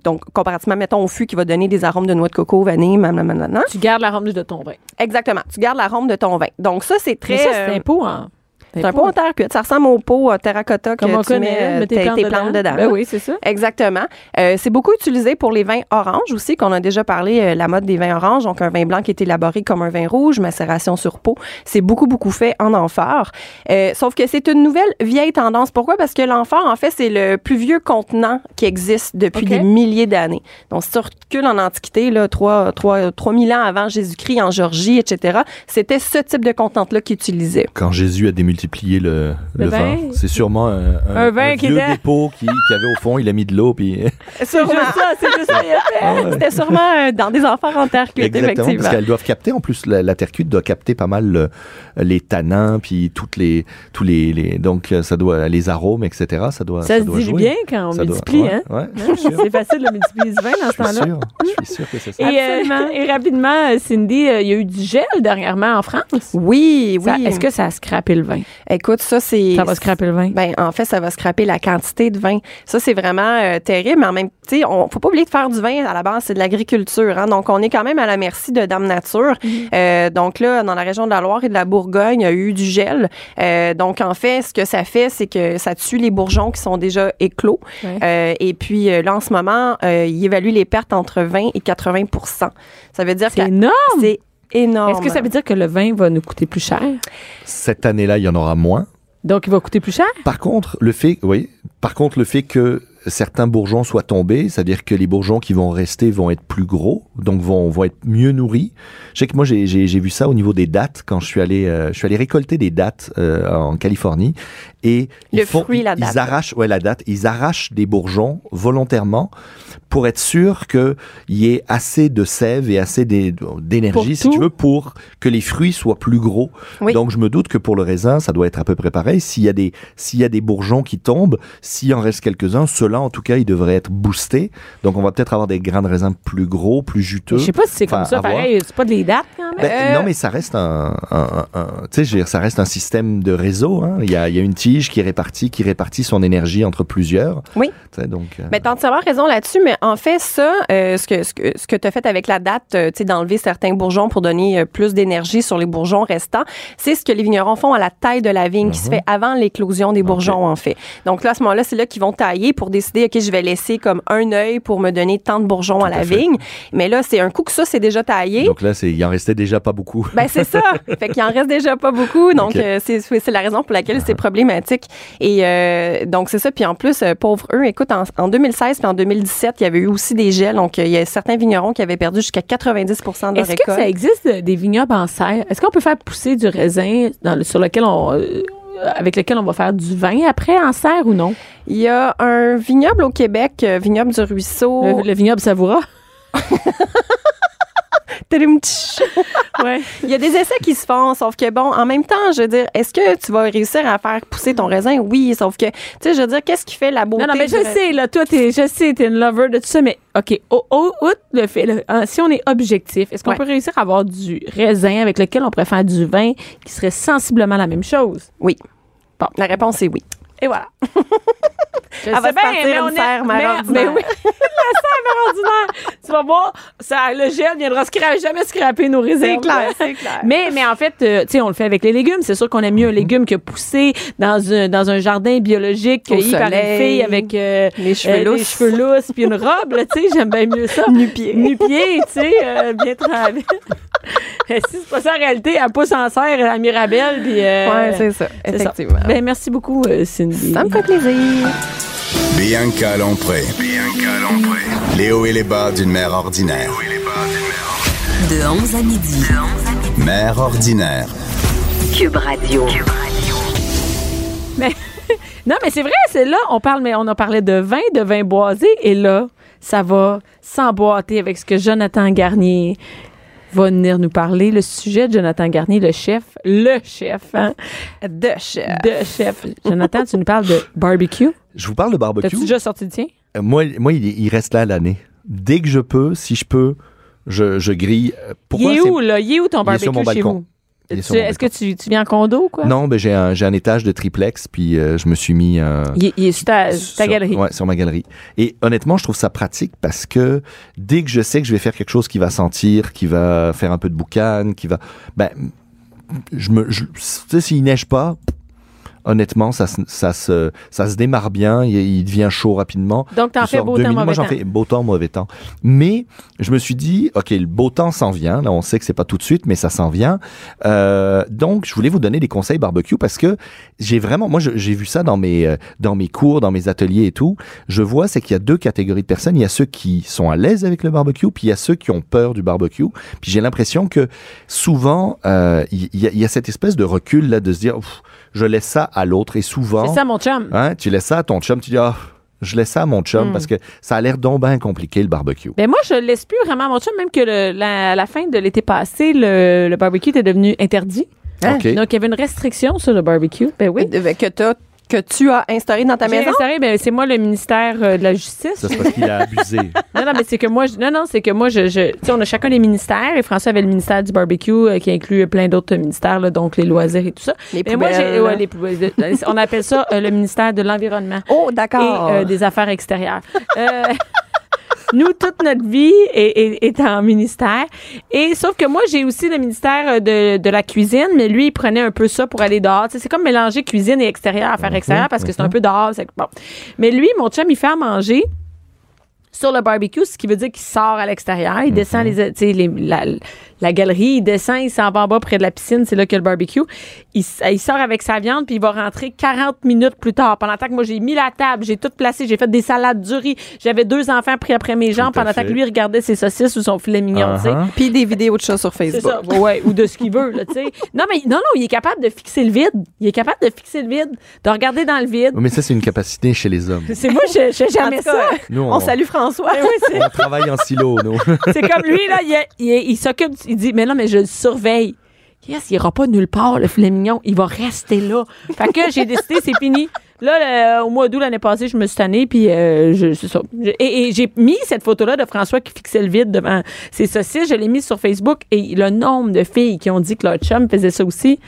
S4: donc, comparativement, mettons, au fût qui va donner des arômes de noix de coco, vanille, nanana.
S3: Tu gardes l'arôme de ton vin.
S4: Exactement. Tu gardes l'arôme de ton vin. Donc, ça, c'est
S3: Mais
S4: très...
S3: ça, c'est
S4: euh,
S3: un pot hein. en...
S4: c'est un pot en terre cuite. Ça ressemble au pot euh, terracotta que
S3: Comme on
S4: tu mets,
S3: connaît,
S4: euh,
S3: mets tes plantes dedans. Ben oui, c'est ça.
S4: Exactement. Euh, c'est beaucoup utilisé pour les vins oranges aussi, qu'on a déjà parlé, euh, la mode des vins oranges. Donc, un vin blanc qui est élaboré comme un vin rouge, macération sur peau. C'est beaucoup, beaucoup fait en amphore. Euh, sauf que c'est une nouvelle vieille tendance. Pourquoi? Parce que l'amphore, en fait, c'est le plus vieux contenant qui existe depuis
S3: Ok.
S4: des milliers d'années. Donc, si tu recules en Antiquité, là, 3, 3, 3000 ans avant Jésus-Christ, en Georgie, etc., c'était ce type de contenant-là qu'ils utilisaient.
S5: quand Jésus a démultiplié le,
S3: Le
S5: le,
S3: vin.
S5: vin, c'est sûrement un, un,
S3: Un vin
S5: un
S3: qui
S5: vieux
S3: était-
S5: dépôt qui, qui avait au fond, il a mis de l'eau. Puis...
S3: C'est juste ça, c'est juste ça.
S4: C'était sûrement euh, dans des enfants en terre cuite,
S5: Ah Exactement, parce
S4: effectivement.
S5: qu'elles doivent capter, en plus, la, la terre cuite doit capter pas mal le- les tanins, puis toutes les, tous les, les- donc euh, ça doit, les arômes, etc. Ça doit
S3: Ça se
S5: doit
S3: dilue
S5: jouer.
S3: bien quand on
S5: Ça doit-
S3: multiplie,
S5: ouais,
S3: hein?
S5: ouais, je suis sûr,
S3: C'est facile de multiplier ce vin dans ce
S5: je suis
S3: temps-là.
S5: sûr, je suis sûr que c'est ça.
S3: Et, euh,
S4: Absolument.
S3: et rapidement, euh, Cindy, euh, il y a eu du gel dernièrement en France.
S4: Oui,
S3: Ça-
S4: oui.
S3: Est-ce que ça a scrappé le vin?
S4: Écoute, ça, c'est.
S3: Ça va scraper le vin?
S4: Ben, en fait, ça va scraper la quantité de vin. Ça, c'est vraiment euh, terrible. Mais en même temps, on faut pas oublier de faire du vin. À la base, c'est de l'agriculture. hein. donc, on est quand même à la merci de Dame Nature.
S3: Mmh.
S4: Euh, donc là, dans la région de la Loire et de la Bourgogne, il y a eu du gel. Euh, donc, en fait, ce que ça fait, c'est que ça tue les bourgeons qui sont déjà éclos.
S3: Ouais.
S4: Euh, et puis, euh, là, en ce moment, euh, il évalue les pertes entre 20 et 80 Ça veut dire que
S3: C'est énorme!
S4: c'est énorme.
S3: Est-ce que ça veut dire que le vin va nous coûter plus cher?
S5: Cette année-là, il y en aura moins.
S3: Donc, il va coûter plus cher?
S5: Par contre, le fait, oui, par contre, le fait que certains bourgeons soient tombés, c'est-à-dire que les bourgeons qui vont rester vont être plus gros, donc vont, vont être mieux nourris. Je sais que moi, j'ai, j'ai, j'ai vu ça au niveau des dates quand je suis allé, euh, je suis allé récolter des dates euh, en Californie et
S4: Le
S5: ils font-
S4: fruit, la
S5: ils-
S4: date.
S5: Ils arrachent, ouais, la date. Ils arrachent des bourgeons volontairement pour être sûr que y ait assez de sève et assez d'é- d'énergie,
S3: Pour
S5: si tu
S3: tout.
S5: veux, pour que les fruits soient plus gros.
S4: Oui.
S5: Donc, je me doute que pour le raisin, ça doit être à peu près pareil. S'il y a des, s'il y a des bourgeons qui tombent, s'il en reste quelques-uns, ceux-là, en tout cas, ils devraient être boostés. Donc, on va peut-être avoir des grains de raisin plus gros, plus juteux.
S3: Je sais pas si c'est
S5: Enfin,
S3: comme ça,
S5: à voir.
S3: pareil. C'est pas des dates, quand même.
S5: Ben,
S3: Euh,
S5: Non, mais ça reste un, un- un- un- tu sais, je veux dire, ça reste un système de réseau. hein. Il y, a, il y a une tige qui répartit, qui répartit son énergie entre plusieurs.
S4: Oui.
S5: Tu sais, donc. euh,
S3: Bah,
S4: Mais Ben, t'as entièrement raison là-dessus, mais en fait, ça, euh, ce que, ce que, ce que tu as fait avec la date, euh, tu sais, d'enlever certains bourgeons pour donner euh, plus d'énergie sur les bourgeons restants, c'est ce que les vignerons font à la taille de la vigne qui
S5: Mhm.
S4: se fait avant l'éclosion des bourgeons, en fait. Donc là, à ce moment-là, c'est là qu'ils vont tailler pour décider, OK, je vais laisser comme un œil pour me donner tant de bourgeons à la
S5: fait.
S4: vigne. Mais là, c'est un coup que ça, c'est déjà taillé.
S5: donc là, c'est, il en restait déjà pas beaucoup.
S4: Ben c'est ça. fait qu'il en reste déjà pas beaucoup. Donc
S5: Ok.
S4: euh, c'est c'est la raison pour laquelle c'est problématique. Et euh, donc c'est ça. Puis en plus, euh, pauvres eux, écoute, en, en 2016 puis en 2017, il y avait eu aussi des gels. Donc euh, il y a certains vignerons qui avaient perdu jusqu'à 90 de leur
S3: Est-ce que
S4: récolte.
S3: ça existe euh, des vignobles en serre? Est-ce qu'on peut faire pousser du raisin dans le- sur lequel on, euh, avec lequel on va faire du vin après en serre ou non?
S4: Il y a un vignoble au Québec, euh, vignoble du ruisseau.
S3: Le, le vignoble savoura?
S4: Tadam, tch.
S3: Ouais.
S4: Il y a des essais qui se font, sauf que bon, en même temps, je veux dire, est-ce que tu vas réussir à faire pousser ton raisin? Oui, sauf que, tu sais, je veux dire, qu'est-ce qui fait la beauté?
S3: Non, non, mais
S4: du
S3: je
S4: raisin?
S3: sais, là, toi, t'es, je sais, t'es une lover de tout ça, mais OK, au, au- outre le fait, le- hein, si on est objectif, est-ce qu'on
S4: Ouais.
S3: peut réussir à avoir du raisin avec lequel on pourrait faire du vin qui serait sensiblement la même chose?
S4: Oui.
S3: Bon.
S4: La réponse est oui.
S3: Et voilà. Je
S4: Elle va
S3: sais
S4: se partir
S3: Ah, mais
S4: une
S3: on est-
S4: serre
S3: mais-
S4: mère
S3: mais
S4: ordinaire.
S3: oui, la serre mère ordinaire. Tu vas voir, ça, le gel viendra scra- jamais scraper nos réserves.
S4: c'est clair. Mm-hmm.
S3: Mais, mais en fait, euh, tu sais, on le fait avec les légumes. C'est sûr qu'on aime mieux un légume que poussé dans un, dans un jardin biologique
S4: Au
S3: cueilli par une
S4: soleil,
S3: fille avec euh,
S4: les cheveux
S3: les
S4: lousses.
S3: cheveux lousses puis une robe. là, Tu sais, j'aime bien mieux ça.
S4: Nu-pieds.
S3: Nu-pieds, tu sais, euh, bien travaillé. si c'est pas ça en réalité, elle pousse en serre à Mirabelle puis... euh,
S4: Ouais, c'est ça,
S3: c'est ça.
S4: effectivement.
S3: Ben, merci beaucoup, euh, Cindy.
S4: Ça me fait plaisir.
S2: Bianca Lompré. Les hauts et les bas d'une mère ordinaire.
S1: De 11 à midi.
S2: Mère ordinaire.
S1: Cube Radio.
S3: Mais, non, mais c'est vrai, c'est là, on parle, mais on en parlait de vin, de vin boisé, et là, ça va s'emboîter avec ce que Jonathan Garnier va venir nous parler. Le sujet de Jonathan Garnier, le chef, le chef, hein,
S4: De chef.
S3: de chef. Jonathan, tu nous parles de barbecue.
S5: Je vous parle de barbecue.
S3: T'as-tu déjà sorti le tien?
S5: Euh, Moi, moi il, il reste là à l'année. Dès que je peux, si je peux, je, je grille. Euh, Pourquoi
S3: il est
S5: c'est-
S3: où, là? Il est où ton
S5: Il est
S3: barbecue
S5: sur mon
S3: chez
S5: balcon.
S3: vous?
S5: Il est
S3: Tu-
S5: sur mon
S3: Est-ce que tu, tu viens en condo ou quoi?
S5: Non, mais j'ai un, j'ai un étage de triplex, puis euh, je me suis mis. euh,
S3: Il, est- il est sur ta,
S5: sur-
S3: ta galerie.
S5: Ouais, sur ma galerie. Et honnêtement, je trouve ça pratique parce que dès que je sais que je vais faire quelque chose qui va sentir, qui va faire un peu de boucan, qui va. Ben, je me. je- tu sais, s'il neige pas. Honnêtement, ça, se- ça, se, ça se démarre bien, il, il devient chaud rapidement.
S3: Donc, t'en
S5: Tu
S3: fais
S5: sors
S3: beau
S5: deux
S3: temps,
S5: minutes. Moi,
S3: mauvais
S5: j'en
S3: temps.
S5: fais beau temps, mauvais temps. Mais je me suis dit, OK, le beau temps s'en vient. Là, on sait que c'est pas tout de suite, mais ça s'en vient. Euh, donc, je voulais vous donner des conseils barbecue parce que j'ai vraiment, moi, je- j'ai vu ça dans mes, euh, dans mes cours, dans mes ateliers et tout. Je vois, c'est qu'il y a deux catégories de personnes. Il y a ceux qui sont à l'aise avec le barbecue, puis il y a ceux qui ont peur du barbecue. Puis j'ai l'impression que souvent, euh, il y, a- il y a cette espèce de recul là de se dire, Ouf, je laisse ça à l'autre. Et souvent,
S3: C'est ça, mon chum.
S5: Hein, tu laisses ça à ton chum, tu dis, ah, je laisse ça à mon
S3: Hmm.
S5: chum parce que ça a l'air donc bien compliqué le barbecue.
S3: Ben moi, je laisse plus vraiment mon chum, même que le- la, à la fin de l'été passé, le, le barbecue était devenu interdit.
S5: OK.
S3: Donc, il y avait une restriction sur le barbecue. Ben oui.
S4: Hein? De- Que, t'as- que tu as instauré dans ta
S3: J'ai
S4: maison.
S3: instauré, ben, c'est moi le ministère euh, de la Justice.
S5: Ça, c'est parce qu'il a abusé.
S3: Non, non, mais c'est que moi, je- non, non, c'est que moi, je, je- tu sais, on a chacun des ministères et François avait le ministère du barbecue euh, qui inclut euh, plein d'autres ministères, là, donc les loisirs et tout ça.
S4: Les
S3: Mais moi, j'ai-
S4: poubelles.
S3: ouais, les poubelles. On appelle ça euh, le ministère de l'environnement.
S4: Oh, d'accord.
S3: et euh, des affaires extérieures. Euh, nous, toute notre vie est, est- est en ministère. Et sauf que moi, j'ai aussi le ministère euh, de, de la cuisine, mais lui, il prenait un peu ça pour aller dehors. Tu sais, c'est comme mélanger cuisine et extérieur, affaires extérieures, parce que c'est un peu dehors. c'est- bon. Mais lui, mon chum, il fait à manger sur le barbecue, ce qui veut dire qu'il sort à l'extérieur, il descend les, tu sais, les- la, la galerie, il descend, il s'en va en bas près de la piscine, c'est là qu'il y a le barbecue. Il, s- il sort avec sa viande, puis il va rentrer 40 minutes plus tard. Pendant tant que moi, j'ai mis la table, j'ai tout placé, j'ai fait des salades du riz, j'avais deux enfants pris après mes jambes,
S5: à
S3: pendant tant
S5: fait.
S3: que lui regardait ses saucisses ou son filet mignon, tu sais.
S5: Uh-huh.
S4: Puis des vidéos de chats sur
S3: C'est
S4: Facebook.
S3: ça, ouais, ou de ce qu'il veut, là, tu sais. Non, mais non, non, il est capable de fixer le vide. Il est capable de fixer le vide, de regarder dans le vide.
S5: Oui, Mais ça, c'est une capacité chez les hommes.
S3: C'est moi, je, je fais jamais
S4: En tout cas,
S3: ça.
S5: Nous, on,
S4: On salue François.
S3: Ben oui, c'est-
S5: on travaille en silo, nous.
S3: c'est comme lui, là, il, est- il est- il s'occupe, du- il dit, mais non, mais je le surveille. Yes, il ira pas nulle part, le filet mignon. Il va rester là. Fait que j'ai décidé, c'est fini. Là, le- au mois d'août l'année passée, je me suis tannée, puis euh, je, c'est ça. Je- et et j'ai mis cette photo-là de François qui fixait le vide devant ses saucisses. Je l'ai mise sur Facebook et le nombre de filles qui ont dit que leur chum faisait ça aussi,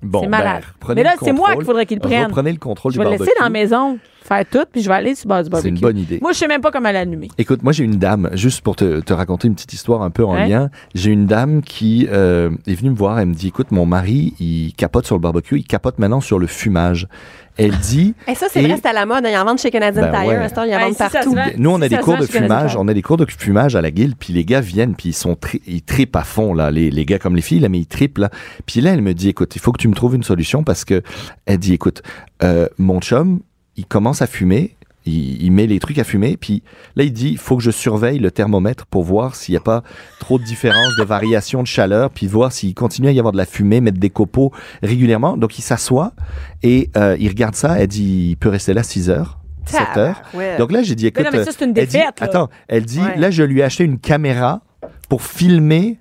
S5: Bon,
S3: C'est malade.
S5: ben, prenez
S3: Mais là,
S5: le
S3: c'est moi
S5: contrôle.
S3: qu'il faudrait qu'il prenne.
S5: Reprenez le contrôle
S3: Je
S5: du
S3: vais le
S5: barbecue.
S3: laisser dans la maison, faire tout, puis je vais aller sur le bord du
S5: C'est
S3: barbecue.
S5: une bonne idée.
S3: Moi, je sais même pas comment l'allumer.
S5: Écoute, moi j'ai une dame, juste pour te, te raconter une petite histoire un peu en
S3: Ouais.
S5: lien, j'ai une dame qui euh, est venue me voir, elle me dit, écoute, mon mari, il capote sur le barbecue, il capote maintenant sur le fumage. Elle dit,
S4: Et ça, c'est
S5: Et-
S4: vrai, c'est à la mode. hein. Ils en vendent chez Canadian
S5: Ben
S4: Tire.
S5: ouais.
S4: à ce temps, Ils en
S3: Ben,
S4: vendent
S3: si ça se
S4: partout.
S3: vend-
S5: nous on a
S3: si
S5: des
S3: ça
S5: cours
S3: se
S5: de
S3: vend, je connais
S5: fumage,
S3: ça.
S5: on a des cours de fumage à la guilde, puis les gars viennent, puis ils sont tri- ils tripent à fond là, les, les gars comme les filles là, mais ils tripent là. Puis là elle me dit, écoute, il faut que tu me trouves une solution parce que elle dit, écoute, euh, mon chum, il commence à fumer. Il, il met les trucs à fumer, puis là il dit, il faut que je surveille le thermomètre pour voir s'il n'y a pas trop de différences, de variations de chaleur, puis voir s'il continue à y avoir de la fumée, mettre des copeaux régulièrement. Donc il s'assoit et euh, il regarde ça. Elle dit, il peut rester là 6 heures, 7 heures.
S4: Ouais.
S5: Donc là j'ai dit,
S3: Euh, Mais
S5: écoute,
S3: non, mais ça, c'est une
S5: elle dit-
S3: défaite. là.
S5: Attends, elle dit,
S4: Ouais.
S5: là, je lui ai acheté une caméra pour filmer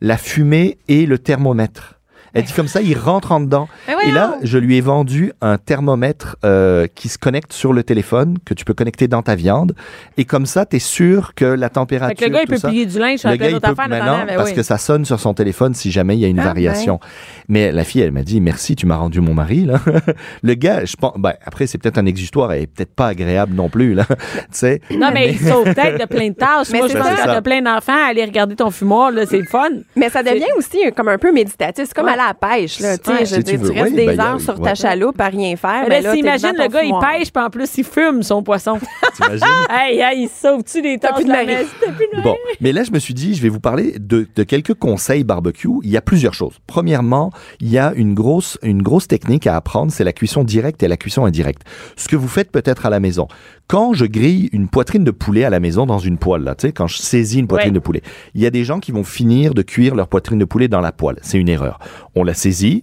S5: la fumée et le thermomètre. Elle dit comme ça, il rentre en dedans.
S4: Ben
S5: Et
S4: voyons.
S5: là, je lui ai vendu un thermomètre euh, qui se connecte sur le téléphone, que tu peux connecter dans ta viande. Et comme ça, tu es sûr que la température.
S3: Fait que le gars, il
S5: tout
S3: peut
S5: ça,
S3: plier du linge sur
S5: le
S3: plein
S5: gars, il
S3: d'autres
S5: peut
S3: affaires. en
S5: maintenant,
S3: attendant, mais
S5: parce
S3: oui. ben.
S5: que ça sonne sur son téléphone si jamais il y a une
S4: Ah,
S5: variation. Mais la fille, elle m'a dit, merci, tu m'as rendu mon mari, là. le gars, je pense, ben, après, c'est peut-être un exutoire et peut-être pas agréable non plus, là. tu sais.
S3: Non, mais il sauve peut-être de plein de tâches.
S4: Mais
S3: Moi,
S4: c'est
S3: je pense
S5: ça.
S3: que quand t'as plein d'enfants, aller regarder ton fumoir, là, c'est le fun.
S4: Mais ça devient aussi euh, comme un peu méditatif. C'est comme aller à la pêche. Là, tu sais,
S3: Ouais.
S4: je
S5: Si
S4: veux dire,
S5: tu veux.
S4: tu restes
S5: Oui,
S4: des
S5: ben, y a-
S4: heures sur
S5: ouais.
S4: ta chaloupe à rien faire.
S3: Mais
S4: ben
S3: là,
S4: là, t'es
S3: s'imagine,
S4: devant
S3: le
S4: ton
S3: gars, il
S4: fumoir.
S3: pêche, puis en plus, il fume son poisson.
S5: T'imagines?
S3: hey, hey, il sauve-tu des tâches
S4: plus de
S3: la
S4: mari.
S3: messe? T'as plus de
S5: Bon, mais là, je me suis dit, je vais vous parler de, de quelques conseils barbecue. Il y a plusieurs choses. Premièrement, il y a une grosse, une grosse technique à apprendre, c'est la cuisson directe et la cuisson indirecte. Ce que vous faites peut-être à la maison. Quand je grille une poitrine de poulet à la maison dans une poêle, là, tu sais, quand je saisis une poitrine
S3: Ouais.
S5: de poulet, il y a des gens qui vont finir de cuire leur poitrine de poulet dans la poêle. C'est une erreur. On la saisit,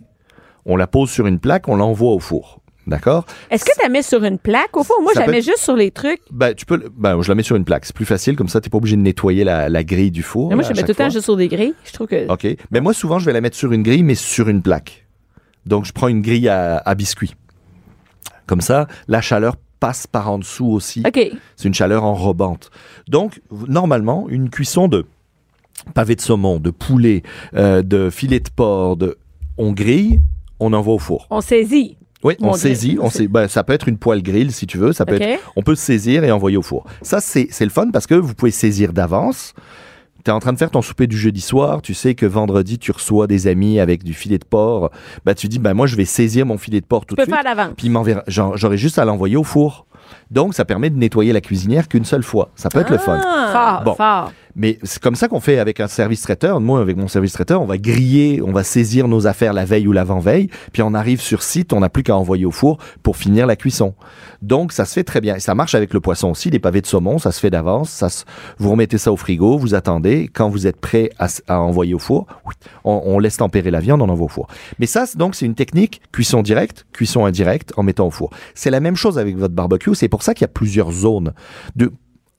S5: on la pose sur une plaque, on l'envoie au four. D'accord
S3: Est-ce que tu la mets sur une plaque? Au fond, moi, je
S5: Ça
S3: la
S5: peut
S3: mets
S5: être-
S3: juste sur les trucs.
S5: Ben, tu peux. le- Ben, je la mets sur une plaque. C'est plus facile, comme ça, t'es pas obligé de nettoyer la, la grille du four.
S3: Mais moi,
S5: là,
S3: je la mets tout
S5: à
S3: le
S5: chaque fois.
S3: temps juste sur des grilles. Je trouve que.
S5: OK. Mais moi, souvent, je vais la mettre sur une grille, mais sur une plaque. Donc, je prends une grille à, à biscuits. Comme ça, la chaleur passe par en dessous aussi.
S3: OK.
S5: C'est une chaleur enrobante. Donc, v- normalement, une cuisson de pavé de saumon, de poulet, euh, de filet de porc, de... on grille, on envoie au four.
S3: On saisit.
S5: Oui,
S3: Mon
S5: on
S3: Dieu.
S5: saisit. On sais, ben, ça peut être une poêle grille, si tu veux. Ça peut
S3: OK.
S5: être, on peut saisir et envoyer au four. Ça, c'est c'est le fun parce que vous pouvez saisir d'avance. Tu es en train de faire ton souper du jeudi soir. Tu sais que vendredi, tu reçois des amis avec du filet de porc. Ben, tu dis, ben, moi, je vais saisir mon filet de porc tout
S3: Tu
S5: de
S3: peux
S5: suite.
S3: faire d'avance.
S5: Puis il m'enverra- j'en- j'aurai juste à l'envoyer au four. Donc, ça permet de nettoyer la cuisinière qu'une seule fois. Ça peut être le fun.
S3: Fort,
S5: Bon.
S3: fort.
S5: Mais c'est comme ça qu'on fait avec un service traiteur. Moi, avec mon service traiteur, on va griller, on va saisir nos affaires la veille ou l'avant-veille, puis on arrive sur site, on n'a plus qu'à envoyer au four pour finir la cuisson. Donc, ça se fait très bien. Et ça marche avec le poisson aussi, les pavés de saumon, ça se fait d'avance. Ça se- Vous remettez ça au frigo, vous attendez. Quand vous êtes prêt à, s- à envoyer au four, on, on laisse tempérer la viande, on envoie au four. Mais ça, c'est- donc, c'est une technique cuisson directe, cuisson indirecte, en mettant au four. C'est la même chose avec votre barbecue. C'est pour ça qu'il y a plusieurs zones. De,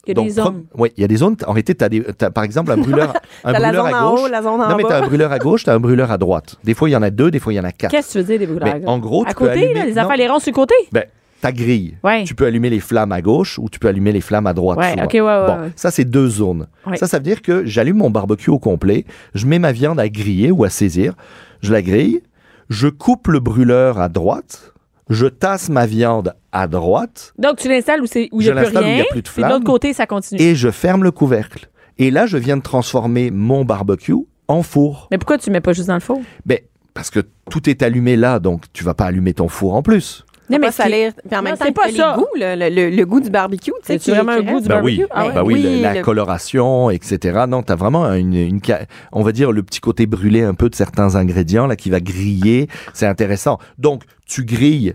S3: Il y a
S5: donc,
S3: des zones.
S5: pre- ouais, il y a des zones. En réalité, tu as, par exemple un brûleur, un
S4: T'as la
S5: brûleur
S4: zone
S5: à
S4: en
S5: gauche.
S4: haut, la zone en
S5: non, mais tu
S4: bas.
S5: un brûleur à gauche, tu as un brûleur à droite. Des fois, il y en a deux, des fois, il y en a quatre.
S3: Qu'est-ce que tu veux dire, des brûleurs?
S5: Mais en gros,
S3: À
S5: tu peux
S3: côté,
S5: allumer-
S3: là, les
S5: non.
S3: affaires, les ronds sur le côté.
S5: Ben, ta grille.
S3: Ouais.
S5: Tu peux allumer les flammes à gauche ou tu peux allumer les flammes à droite.
S3: Ouais,
S5: souvent.
S3: ok, ouais, ouais,
S5: Bon,
S3: ouais.
S5: ça, c'est deux zones.
S3: Ouais.
S5: Ça, ça veut dire que j'allume mon barbecue au complet, je mets ma viande à griller ou à saisir, je la grille, je coupe le brûleur à droite, je tasse ma viande à droite
S3: Donc, tu l'installes où c'est- où il n'y
S5: Je
S3: a plus
S5: l'installe où il y a
S3: rien.
S5: plus de
S3: Puis de
S5: flamme.
S3: l'autre côté, ça continue.
S5: et je ferme le couvercle. Et là, je viens de transformer mon barbecue en four.
S3: Mais pourquoi tu mets pas juste dans le four?
S5: Ben, parce que tout est allumé là, donc tu vas pas allumer ton four en plus.
S4: Non,
S3: mais
S4: mais ça
S3: c'est-
S4: l'air. Puis en même
S3: Non,
S4: temps,
S3: c'est pas
S4: les
S3: ça.
S4: goûts, le, le- le- le goût du barbecue, tu sais,
S3: C'est
S4: qui-
S3: vraiment un
S4: qui
S3: goût
S4: reste.
S3: du
S5: Ben oui,
S3: barbecue. Ah ouais.
S5: ben oui,
S4: Oui,
S5: le- la
S4: le-
S5: coloration, etc. Non, t'as vraiment une, une ca- on va dire le petit côté brûlé un peu de certains ingrédients là qui va griller. C'est intéressant. Donc tu grilles,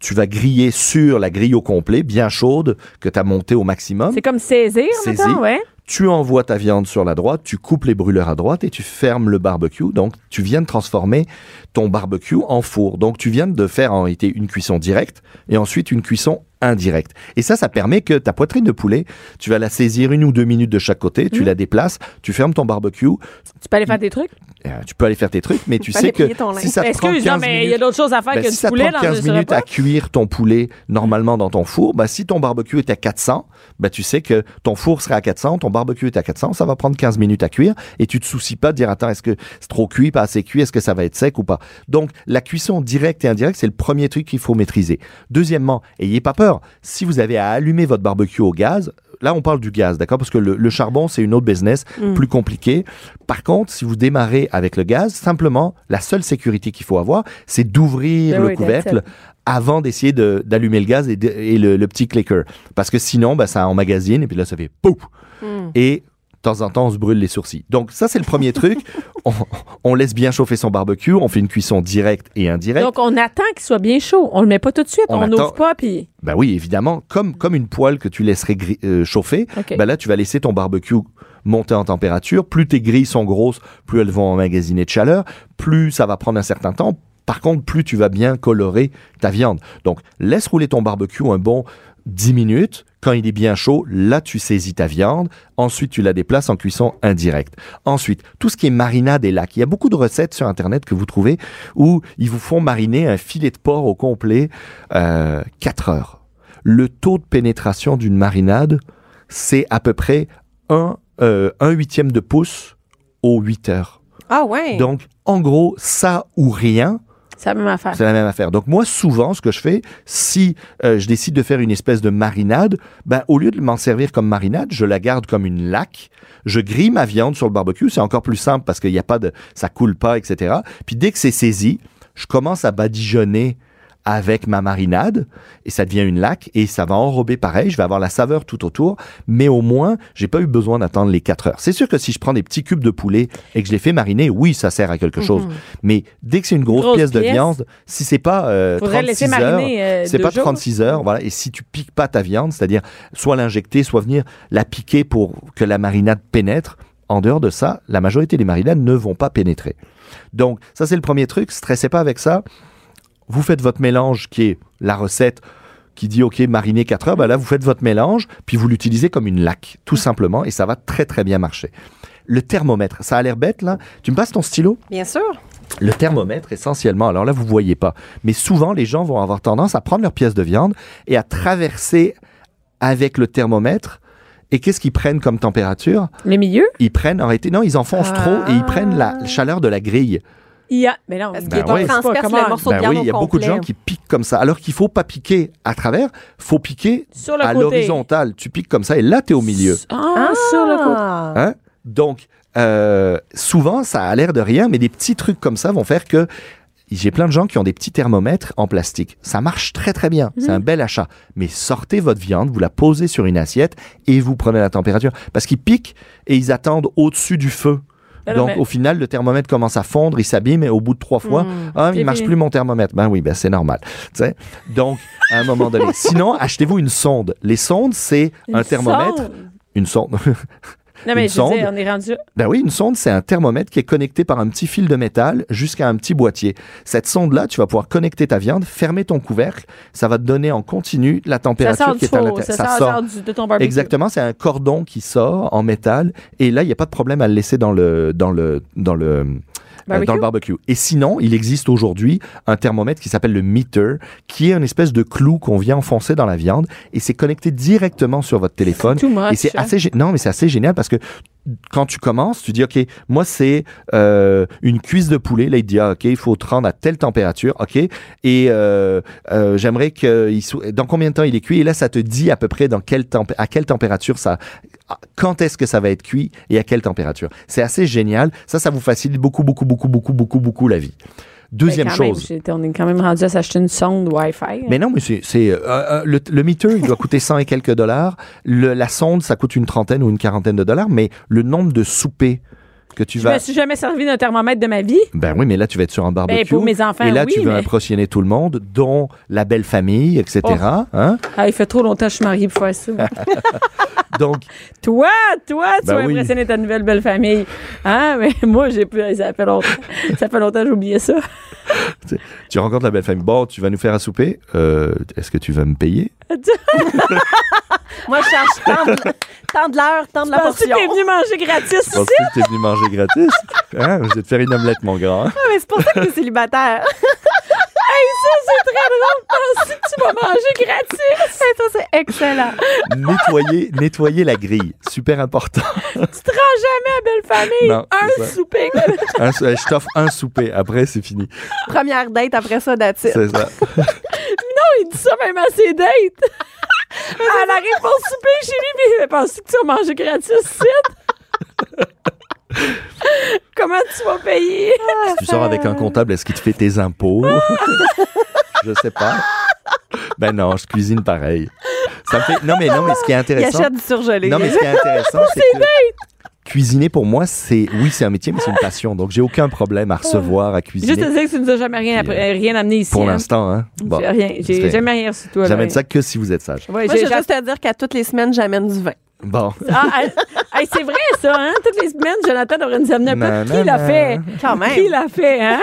S5: tu vas griller sur la grille au complet, bien chaude, que t'as montée au maximum.
S3: C'est comme saisir,
S5: Saisir.
S3: mettons, ouais.
S5: Tu envoies ta viande sur la droite, tu coupes les brûleurs à droite et tu fermes le barbecue. Donc, tu viens de transformer ton barbecue en four. Donc, tu viens de faire en réalité une cuisson directe et ensuite une cuisson indirecte. Et ça, ça permet que ta poitrine de poulet, tu vas la saisir une ou deux minutes de chaque côté,
S4: Mmh.
S5: tu la déplaces, tu fermes ton barbecue,
S3: Tu peux aller faire des trucs.
S5: euh, tu peux aller faire tes trucs, mais tu
S4: Faut
S5: sais
S4: aller
S5: que
S4: plier ton linge.
S5: si ça te prend
S3: Excuse,
S5: 15
S3: non, mais il y a
S5: minutes-
S3: d'autres choses à faire
S5: ben,
S3: que
S5: si
S3: du
S5: ça te
S3: poulet
S5: prend
S3: dans
S5: 15
S3: le
S5: minutes
S3: repas.
S5: à cuire ton poulet normalement dans ton four, ben, si ton barbecue est à 400, ben, tu sais que ton four sera à 400, ton barbecue est à 400, ça va prendre 15 minutes à cuire et tu te soucies pas de dire attends, est-ce que c'est trop cuit, pas assez cuit, est-ce que ça va être sec ou pas. Donc, la cuisson directe et indirecte, c'est le premier truc qu'il faut maîtriser. Deuxièmement, ayez pas peur. Si vous avez à allumer votre barbecue au gaz, Là, on parle du gaz, d'accord Parce que le, le charbon, c'est une autre business
S3: Mm.
S5: plus compliquée. Par contre, si vous démarrez avec le gaz, simplement, la seule sécurité qu'il faut avoir, c'est d'ouvrir
S3: Ben
S5: le
S3: oui,
S5: couvercle avant d'essayer de- d'allumer le gaz et, de- et le, le petit clicker. Parce que sinon, ben, ça emmagasine et puis là, ça fait pouf
S3: Mm.
S5: Et de temps en temps, on se brûle les sourcils. Donc, ça, c'est le premier truc. On, on laisse bien chauffer son barbecue, on fait une cuisson directe et indirecte.
S3: Donc, on attend qu'il soit bien chaud. On le met pas tout de suite.
S5: On
S3: On
S5: attend.
S3: n'ouvre pas, puis.
S5: Ben oui, évidemment, comme, comme une poêle que tu laisserais gri- euh, chauffer,
S3: OK.
S5: ben là, tu vas laisser ton barbecue monter en température. Plus tes grilles sont grosses, plus elles vont emmagasiner de chaleur, plus ça va prendre un certain temps. Par contre, plus tu vas bien colorer ta viande. Donc, laisse rouler ton barbecue un bon 10 minutes. Quand il est bien chaud, là, tu saisis ta viande. Ensuite, tu la déplaces en cuisson indirecte. Ensuite, tout ce qui est marinade et lac. Il y a beaucoup de recettes sur Internet que vous trouvez où ils vous font mariner un filet de porc au complet euh, 4 heures. Le taux de pénétration d'une marinade, c'est à peu près 1, huitième de pouce aux 8 heures.
S4: Ah ouais.
S5: Donc, en gros, ça ou rien,
S3: C'est la même affaire.
S5: c'est la même affaire. Donc moi, souvent, ce que je fais, si euh, je décide de faire une espèce de marinade, ben au lieu de m'en servir comme marinade, je la garde comme une laque. Je grille ma viande sur le barbecue. C'est encore plus simple parce qu'il n'y a pas de, ça coule pas, etc. Puis dès que c'est saisi, je commence à badigeonner avec ma marinade et ça devient une laque et ça va enrober pareil. Je vais avoir la saveur tout autour, mais au moins, j'ai pas eu besoin d'attendre les 4 heures. C'est sûr que si je prends des petits cubes de poulet et que je les fais mariner, oui, ça sert à quelque chose. Mais dès que c'est une grosse,
S3: Mhm. Grosse
S5: pièce de
S3: pièce.
S5: viande, si c'est pas euh,
S3: Faudrait le laisser
S5: 36 heures,
S3: mariner. euh,
S5: c'est
S3: deux
S5: pas
S3: jours.
S5: 36 heures, voilà. Et si tu piques pas ta viande, c'est-à-dire soit l'injecter, soit venir la piquer pour que la marinade pénètre, en dehors de ça, la majorité des marinades ne vont pas pénétrer. Donc, ça, c'est le premier truc. Stressez pas avec ça. Vous faites votre mélange qui est la recette qui dit OK, mariner 4 heures. Ben là, vous faites votre mélange, puis vous l'utilisez comme une laque, tout simplement, et ça va très, très bien marcher. Le thermomètre, ça a l'air bête, là. Tu me passes ton stylo?
S4: Bien sûr.
S5: Le thermomètre, essentiellement, alors là, vous voyez pas, mais souvent, les gens vont avoir tendance à prendre leur pièce de viande et à traverser avec le thermomètre. Et qu'est-ce qu'ils prennent comme température
S3: Le milieu,
S5: Ils prennent, en réalité, non, ils enfoncent
S3: Ah.
S5: trop et ils prennent la chaleur de la grille.
S3: il y a. Mais là, on
S4: Parce
S5: Ben
S4: qu'il
S5: oui.
S4: est transperce
S3: Comment-
S4: le morceau de
S5: Ben
S4: viande
S5: oui, il y a
S4: au
S5: beaucoup de
S4: complet.
S5: gens qui piquent comme ça. Alors qu'il faut pas piquer à travers, faut piquer
S3: sur le
S5: à
S3: côté.
S5: l'horizontale. Tu piques comme ça et là, tu es au milieu.
S3: Ah, sur le côté.
S4: Ah.
S5: Hein? Donc, euh, souvent, ça a l'air de rien, mais des petits trucs comme ça vont faire que j'ai plein de gens qui ont des petits thermomètres en plastique. Ça marche très très bien, c'est
S3: Mhm.
S5: un bel achat. Mais sortez votre viande, vous la posez sur une assiette et vous prenez la température. Parce qu'ils piquent et ils attendent au-dessus du feu.
S3: Ben non,
S5: Donc
S3: mais- Hmm.
S5: au final, le thermomètre commence à fondre, il s'abîme et au bout de trois fois, ah,
S3: C'est
S5: il marche
S3: fini.
S5: plus mon thermomètre. Ben oui, ben c'est normal. Tu sais. Donc à un moment donné. Sinon, achetez-vous une sonde. Les sondes, c'est
S3: Une
S5: un thermomètre,
S3: sonde.
S5: une sonde.
S3: Non, mais
S5: une
S3: je veux dire,
S5: sonde.
S3: on est rendu.
S5: Ben oui, une sonde, c'est un thermomètre qui est connecté par un petit fil de métal jusqu'à un petit boîtier. Cette sonde-là, tu vas pouvoir connecter ta viande, fermer ton couvercle, ça va te donner en continu la
S3: Ça
S5: température
S3: sort
S5: qui
S3: du
S5: est à
S3: four.
S5: l'intérieur.
S3: Ça, sort, sort du- de ton barbecue.
S5: Exactement, c'est un cordon qui sort en métal et là, il n'y a pas de problème à le laisser dans le dans le dans le euh,
S3: Barbecue?
S5: dans le barbecue. Et sinon, il existe aujourd'hui un thermomètre qui s'appelle le meter, qui est une espèce de clou qu'on vient enfoncer dans la viande et c'est connecté directement sur votre téléphone
S3: Too much.
S5: et c'est
S3: hein.
S5: assez gé- non mais c'est assez génial parce que quand tu commences, tu dis ok, moi c'est euh, une cuisse de poulet. Là il te dit ah, ok, il faut te rendre à telle température, ok. Et euh, euh, j'aimerais que il soit- dans combien de temps il est cuit. Et là ça te dit à peu près dans quelle tempé- à quelle température ça, à- quand est-ce que ça va être cuit et à quelle température. C'est assez génial. Ça ça vous facilite beaucoup beaucoup beaucoup beaucoup beaucoup beaucoup la vie. Deuxième
S3: Ben, quand même,
S5: chose.
S3: j'étais- on est quand même rendu à s'acheter une sonde Wi-Fi. hein.
S5: Mais non, mais c'est c'est, euh, euh, le, le meter, il doit coûter 100 et quelques dollars. Le- la sonde, ça coûte une trentaine ou une quarantaine de dollars, mais le nombre de soupers que tu
S3: je
S5: vas
S3: me suis jamais servi d'un thermomètre de ma vie.
S5: Ben oui, mais là, tu vas être sur un barbecue.
S3: pour mes enfants,
S5: Et là,
S3: oui,
S5: tu vas
S3: mais-
S5: impressionner tout le monde, dont la belle famille, etc.
S3: Oh.
S5: hein?
S3: Ah, il fait trop longtemps que je suis mariée pour faire ça.
S5: Donc,
S3: toi, toi, tu
S5: Ben
S3: vas
S5: oui.
S3: impressionner ta nouvelle belle famille. Hein? Mais moi, j'ai plus. Ça fait longtemps, ça fait longtemps que j'ai oublié ça.
S5: tu rencontres la belle famille. Bon, tu vas nous faire à souper. Euh, Est-ce que tu vas me payer?
S4: Moi, je charge tant de, tant de l'heure, tant de la
S3: Parce que
S4: portion.
S3: t'es venu manger gratis.
S5: Parce que tu es venu manger gratis. Hein? Je vais te faire une omelette, mon grand.
S4: Ah, Mais c'est pour ça que t'es célibataire.
S3: Hey, ça, c'est très drôle. Penser que tu vas manger gratis.
S4: ça, c'est excellent.
S5: nettoyer, nettoyer la grille. Super important.
S3: Tu te rends jamais à belle famille.
S5: Non, c'est
S3: un
S5: ça.
S3: souper.
S5: Un sou- je t'offre un souper. Après, c'est fini.
S4: Première date, après ça, that's it.
S5: C'est ça.
S3: Il dit ça même à ses dates. Elle arrive pour souper, chérie, puis elle pense que tu vas manger gratis, Sid? Comment tu vas payer?
S5: Tu sors avec un comptable, est-ce qu'il te fait tes impôts? je sais pas. Ben non, je cuisine pareil. Ça me fait... Non, mais non, mais ce qui est
S4: Il
S5: intéressant.
S4: achète du surgelé.
S5: Non, mais ce qui est intéressant, c'est que cuisiner pour moi, c'est oui, c'est un métier, mais c'est une passion. Donc, j'ai aucun problème à recevoir, à
S3: Juste te
S5: cuisiner.
S3: dire que tu nous as jamais rien, appris-
S5: Puis, euh,
S3: rien amené ici.
S5: Pour
S3: hein.
S5: l'instant, hein. Bon,
S3: J'ai rien. J'ai
S5: c'est-
S3: jamais rien reçu de toi.
S5: J'amène
S3: ben.
S5: ça que si vous êtes sage.
S3: Ouais,
S4: Moi,
S3: j'ai
S4: j'ai juste à dire qu'à toutes les semaines, j'amène du vin.
S5: Bon.
S3: Ah, hey, hey, c'est vrai, ça, hein? Toutes les semaines, Jonathan devrait nous amener un peu.
S5: Nanana.
S3: Qui l'a fait?
S4: Quand même.
S3: Qui l'a fait, hein?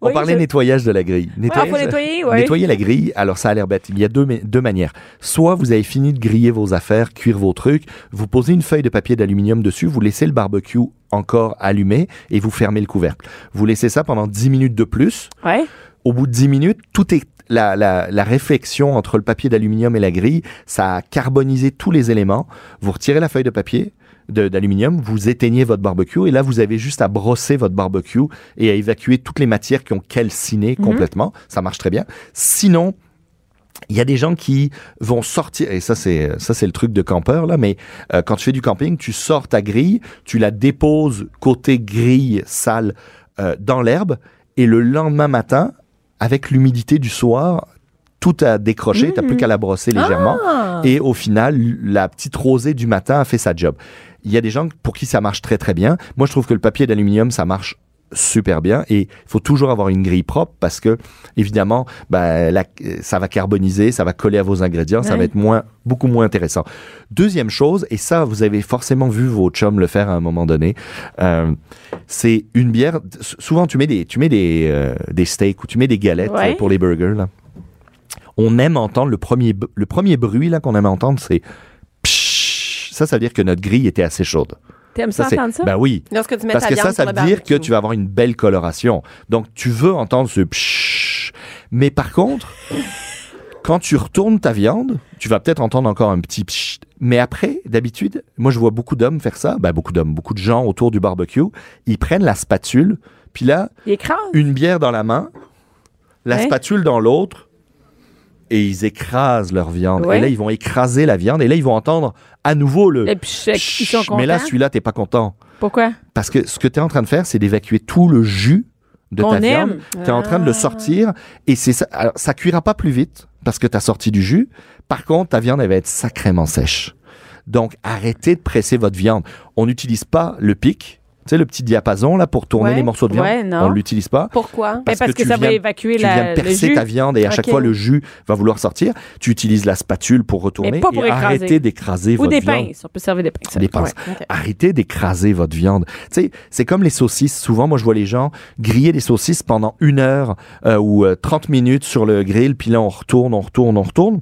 S5: On
S3: Oui,
S5: parlait
S3: je- Ah,
S5: nettoyage de la grille. Nettoyage-
S3: faut nettoyer, ouais.
S5: Nettoyer la grille, alors ça a l'air bête. Il y a deux, ma- deux manières. Soit vous avez fini de griller vos affaires, cuire vos trucs, vous posez une feuille de papier d'aluminium dessus, vous laissez le barbecue encore allumé et vous fermez le couvercle. Vous laissez ça pendant 10 minutes de plus.
S3: Ouais.
S5: Au bout de 10 minutes, tout est la, la, la réflexion entre le papier d'aluminium et la grille, ça a carbonisé tous les éléments. Vous retirez la feuille de papier de- d'aluminium, vous éteignez votre barbecue et là, vous avez juste à brosser votre barbecue et à évacuer toutes les matières qui ont calciné complètement. Ça marche très bien. Sinon, il y a des gens qui vont sortir, et ça c'est ça c'est le truc de campeur là, mais euh, quand tu fais du camping, tu sors ta grille, tu la déposes côté grille sale euh, dans l'herbe, et le lendemain matin, avec l'humidité du soir, tout a décroché, t'as plus qu'à la brosser légèrement, et au final, la petite rosée du matin a fait sa job. Il y a des gens pour qui ça marche très très bien. Moi, je trouve que le papier d'aluminium, ça marche super bien et il faut toujours avoir une grille propre parce que évidemment bah, la- euh, ça va carboniser ça va coller à vos ingrédients ça
S3: Ouais.
S5: va être moins beaucoup moins intéressant deuxième chose et ça vous avez forcément vu vos chums le faire à un moment donné euh, c'est une bière s- souvent tu mets des tu mets des, euh, des steaks ou tu mets des galettes
S3: Ouais.
S5: euh, pour les burgers là. on aime entendre le premier bu- le premier bruit là qu'on aime entendre c'est pshhh. ça ça veut dire que notre grille était assez chaude
S3: T'aimes ça,
S5: c'est
S3: entendre ça?
S5: bah oui
S4: Lorsque tu mets
S5: parce
S4: ta
S5: que
S4: viande
S5: ça, ça
S4: sur
S5: veut
S4: le
S5: dire que
S4: barbecue.
S5: tu vas avoir une belle coloration. Donc, tu veux entendre ce pshhh. Mais par contre, quand tu retournes ta viande, tu vas peut-être entendre encore un petit pshhh. Mais après, d'habitude, moi, je vois beaucoup d'hommes faire ça. Ben, beaucoup d'hommes, beaucoup de gens autour du barbecue. Ils prennent la spatule, puis là,
S3: Il écrase.
S5: une bière dans la main, la
S3: Ouais.
S5: spatule dans l'autre, et ils écrasent leur viande.
S3: Ouais.
S5: Et là, ils vont écraser la viande. Et là, ils vont entendre à nouveau le
S3: Et puis, je sais qu'ils sont
S5: euh, Mais là,
S3: contents.
S5: celui-là, t'es pas content.
S3: Pourquoi?
S5: Parce que ce que tu es en train de faire, c'est d'évacuer tout le jus de
S3: Qu'on
S5: ta
S3: aime. Ah.
S5: viande. Tu es en train de le sortir et c'est ça. Alors, ça cuira pas plus vite parce que tu as sorti du jus. Par contre, ta viande, elle va être sacrément sèche. Donc, arrêtez de presser votre viande. On n'utilise pas le pic, tu sais, le petit diapason là pour tourner
S4: Ouais.
S5: les morceaux de viande.
S3: Ouais, non.
S5: On l'utilise pas.
S4: Pourquoi?
S3: Mais Ben, Parce, que,
S5: tu
S3: ça
S5: viens-
S3: va évacuer
S5: Tu viens
S3: la, le
S5: percer
S3: jus.
S5: ta viande et à chaque
S4: Ok.
S5: fois le jus va vouloir sortir. Tu utilises la spatule pour retourner
S3: pas pour
S5: et
S3: écraser.
S5: arrêtez d'écraser
S3: Ou
S5: votre
S3: des
S5: viande.
S3: pinces. On peut servir des pinces.
S5: Des pinces.
S4: Ouais, ok.
S5: Arrêtez d'écraser votre viande. Tu sais, c'est comme les saucisses. Souvent, moi, je vois les gens griller des saucisses pendant une heure euh, ou euh, 30 minutes sur le grill, puis là, on retourne, on retourne, on retourne.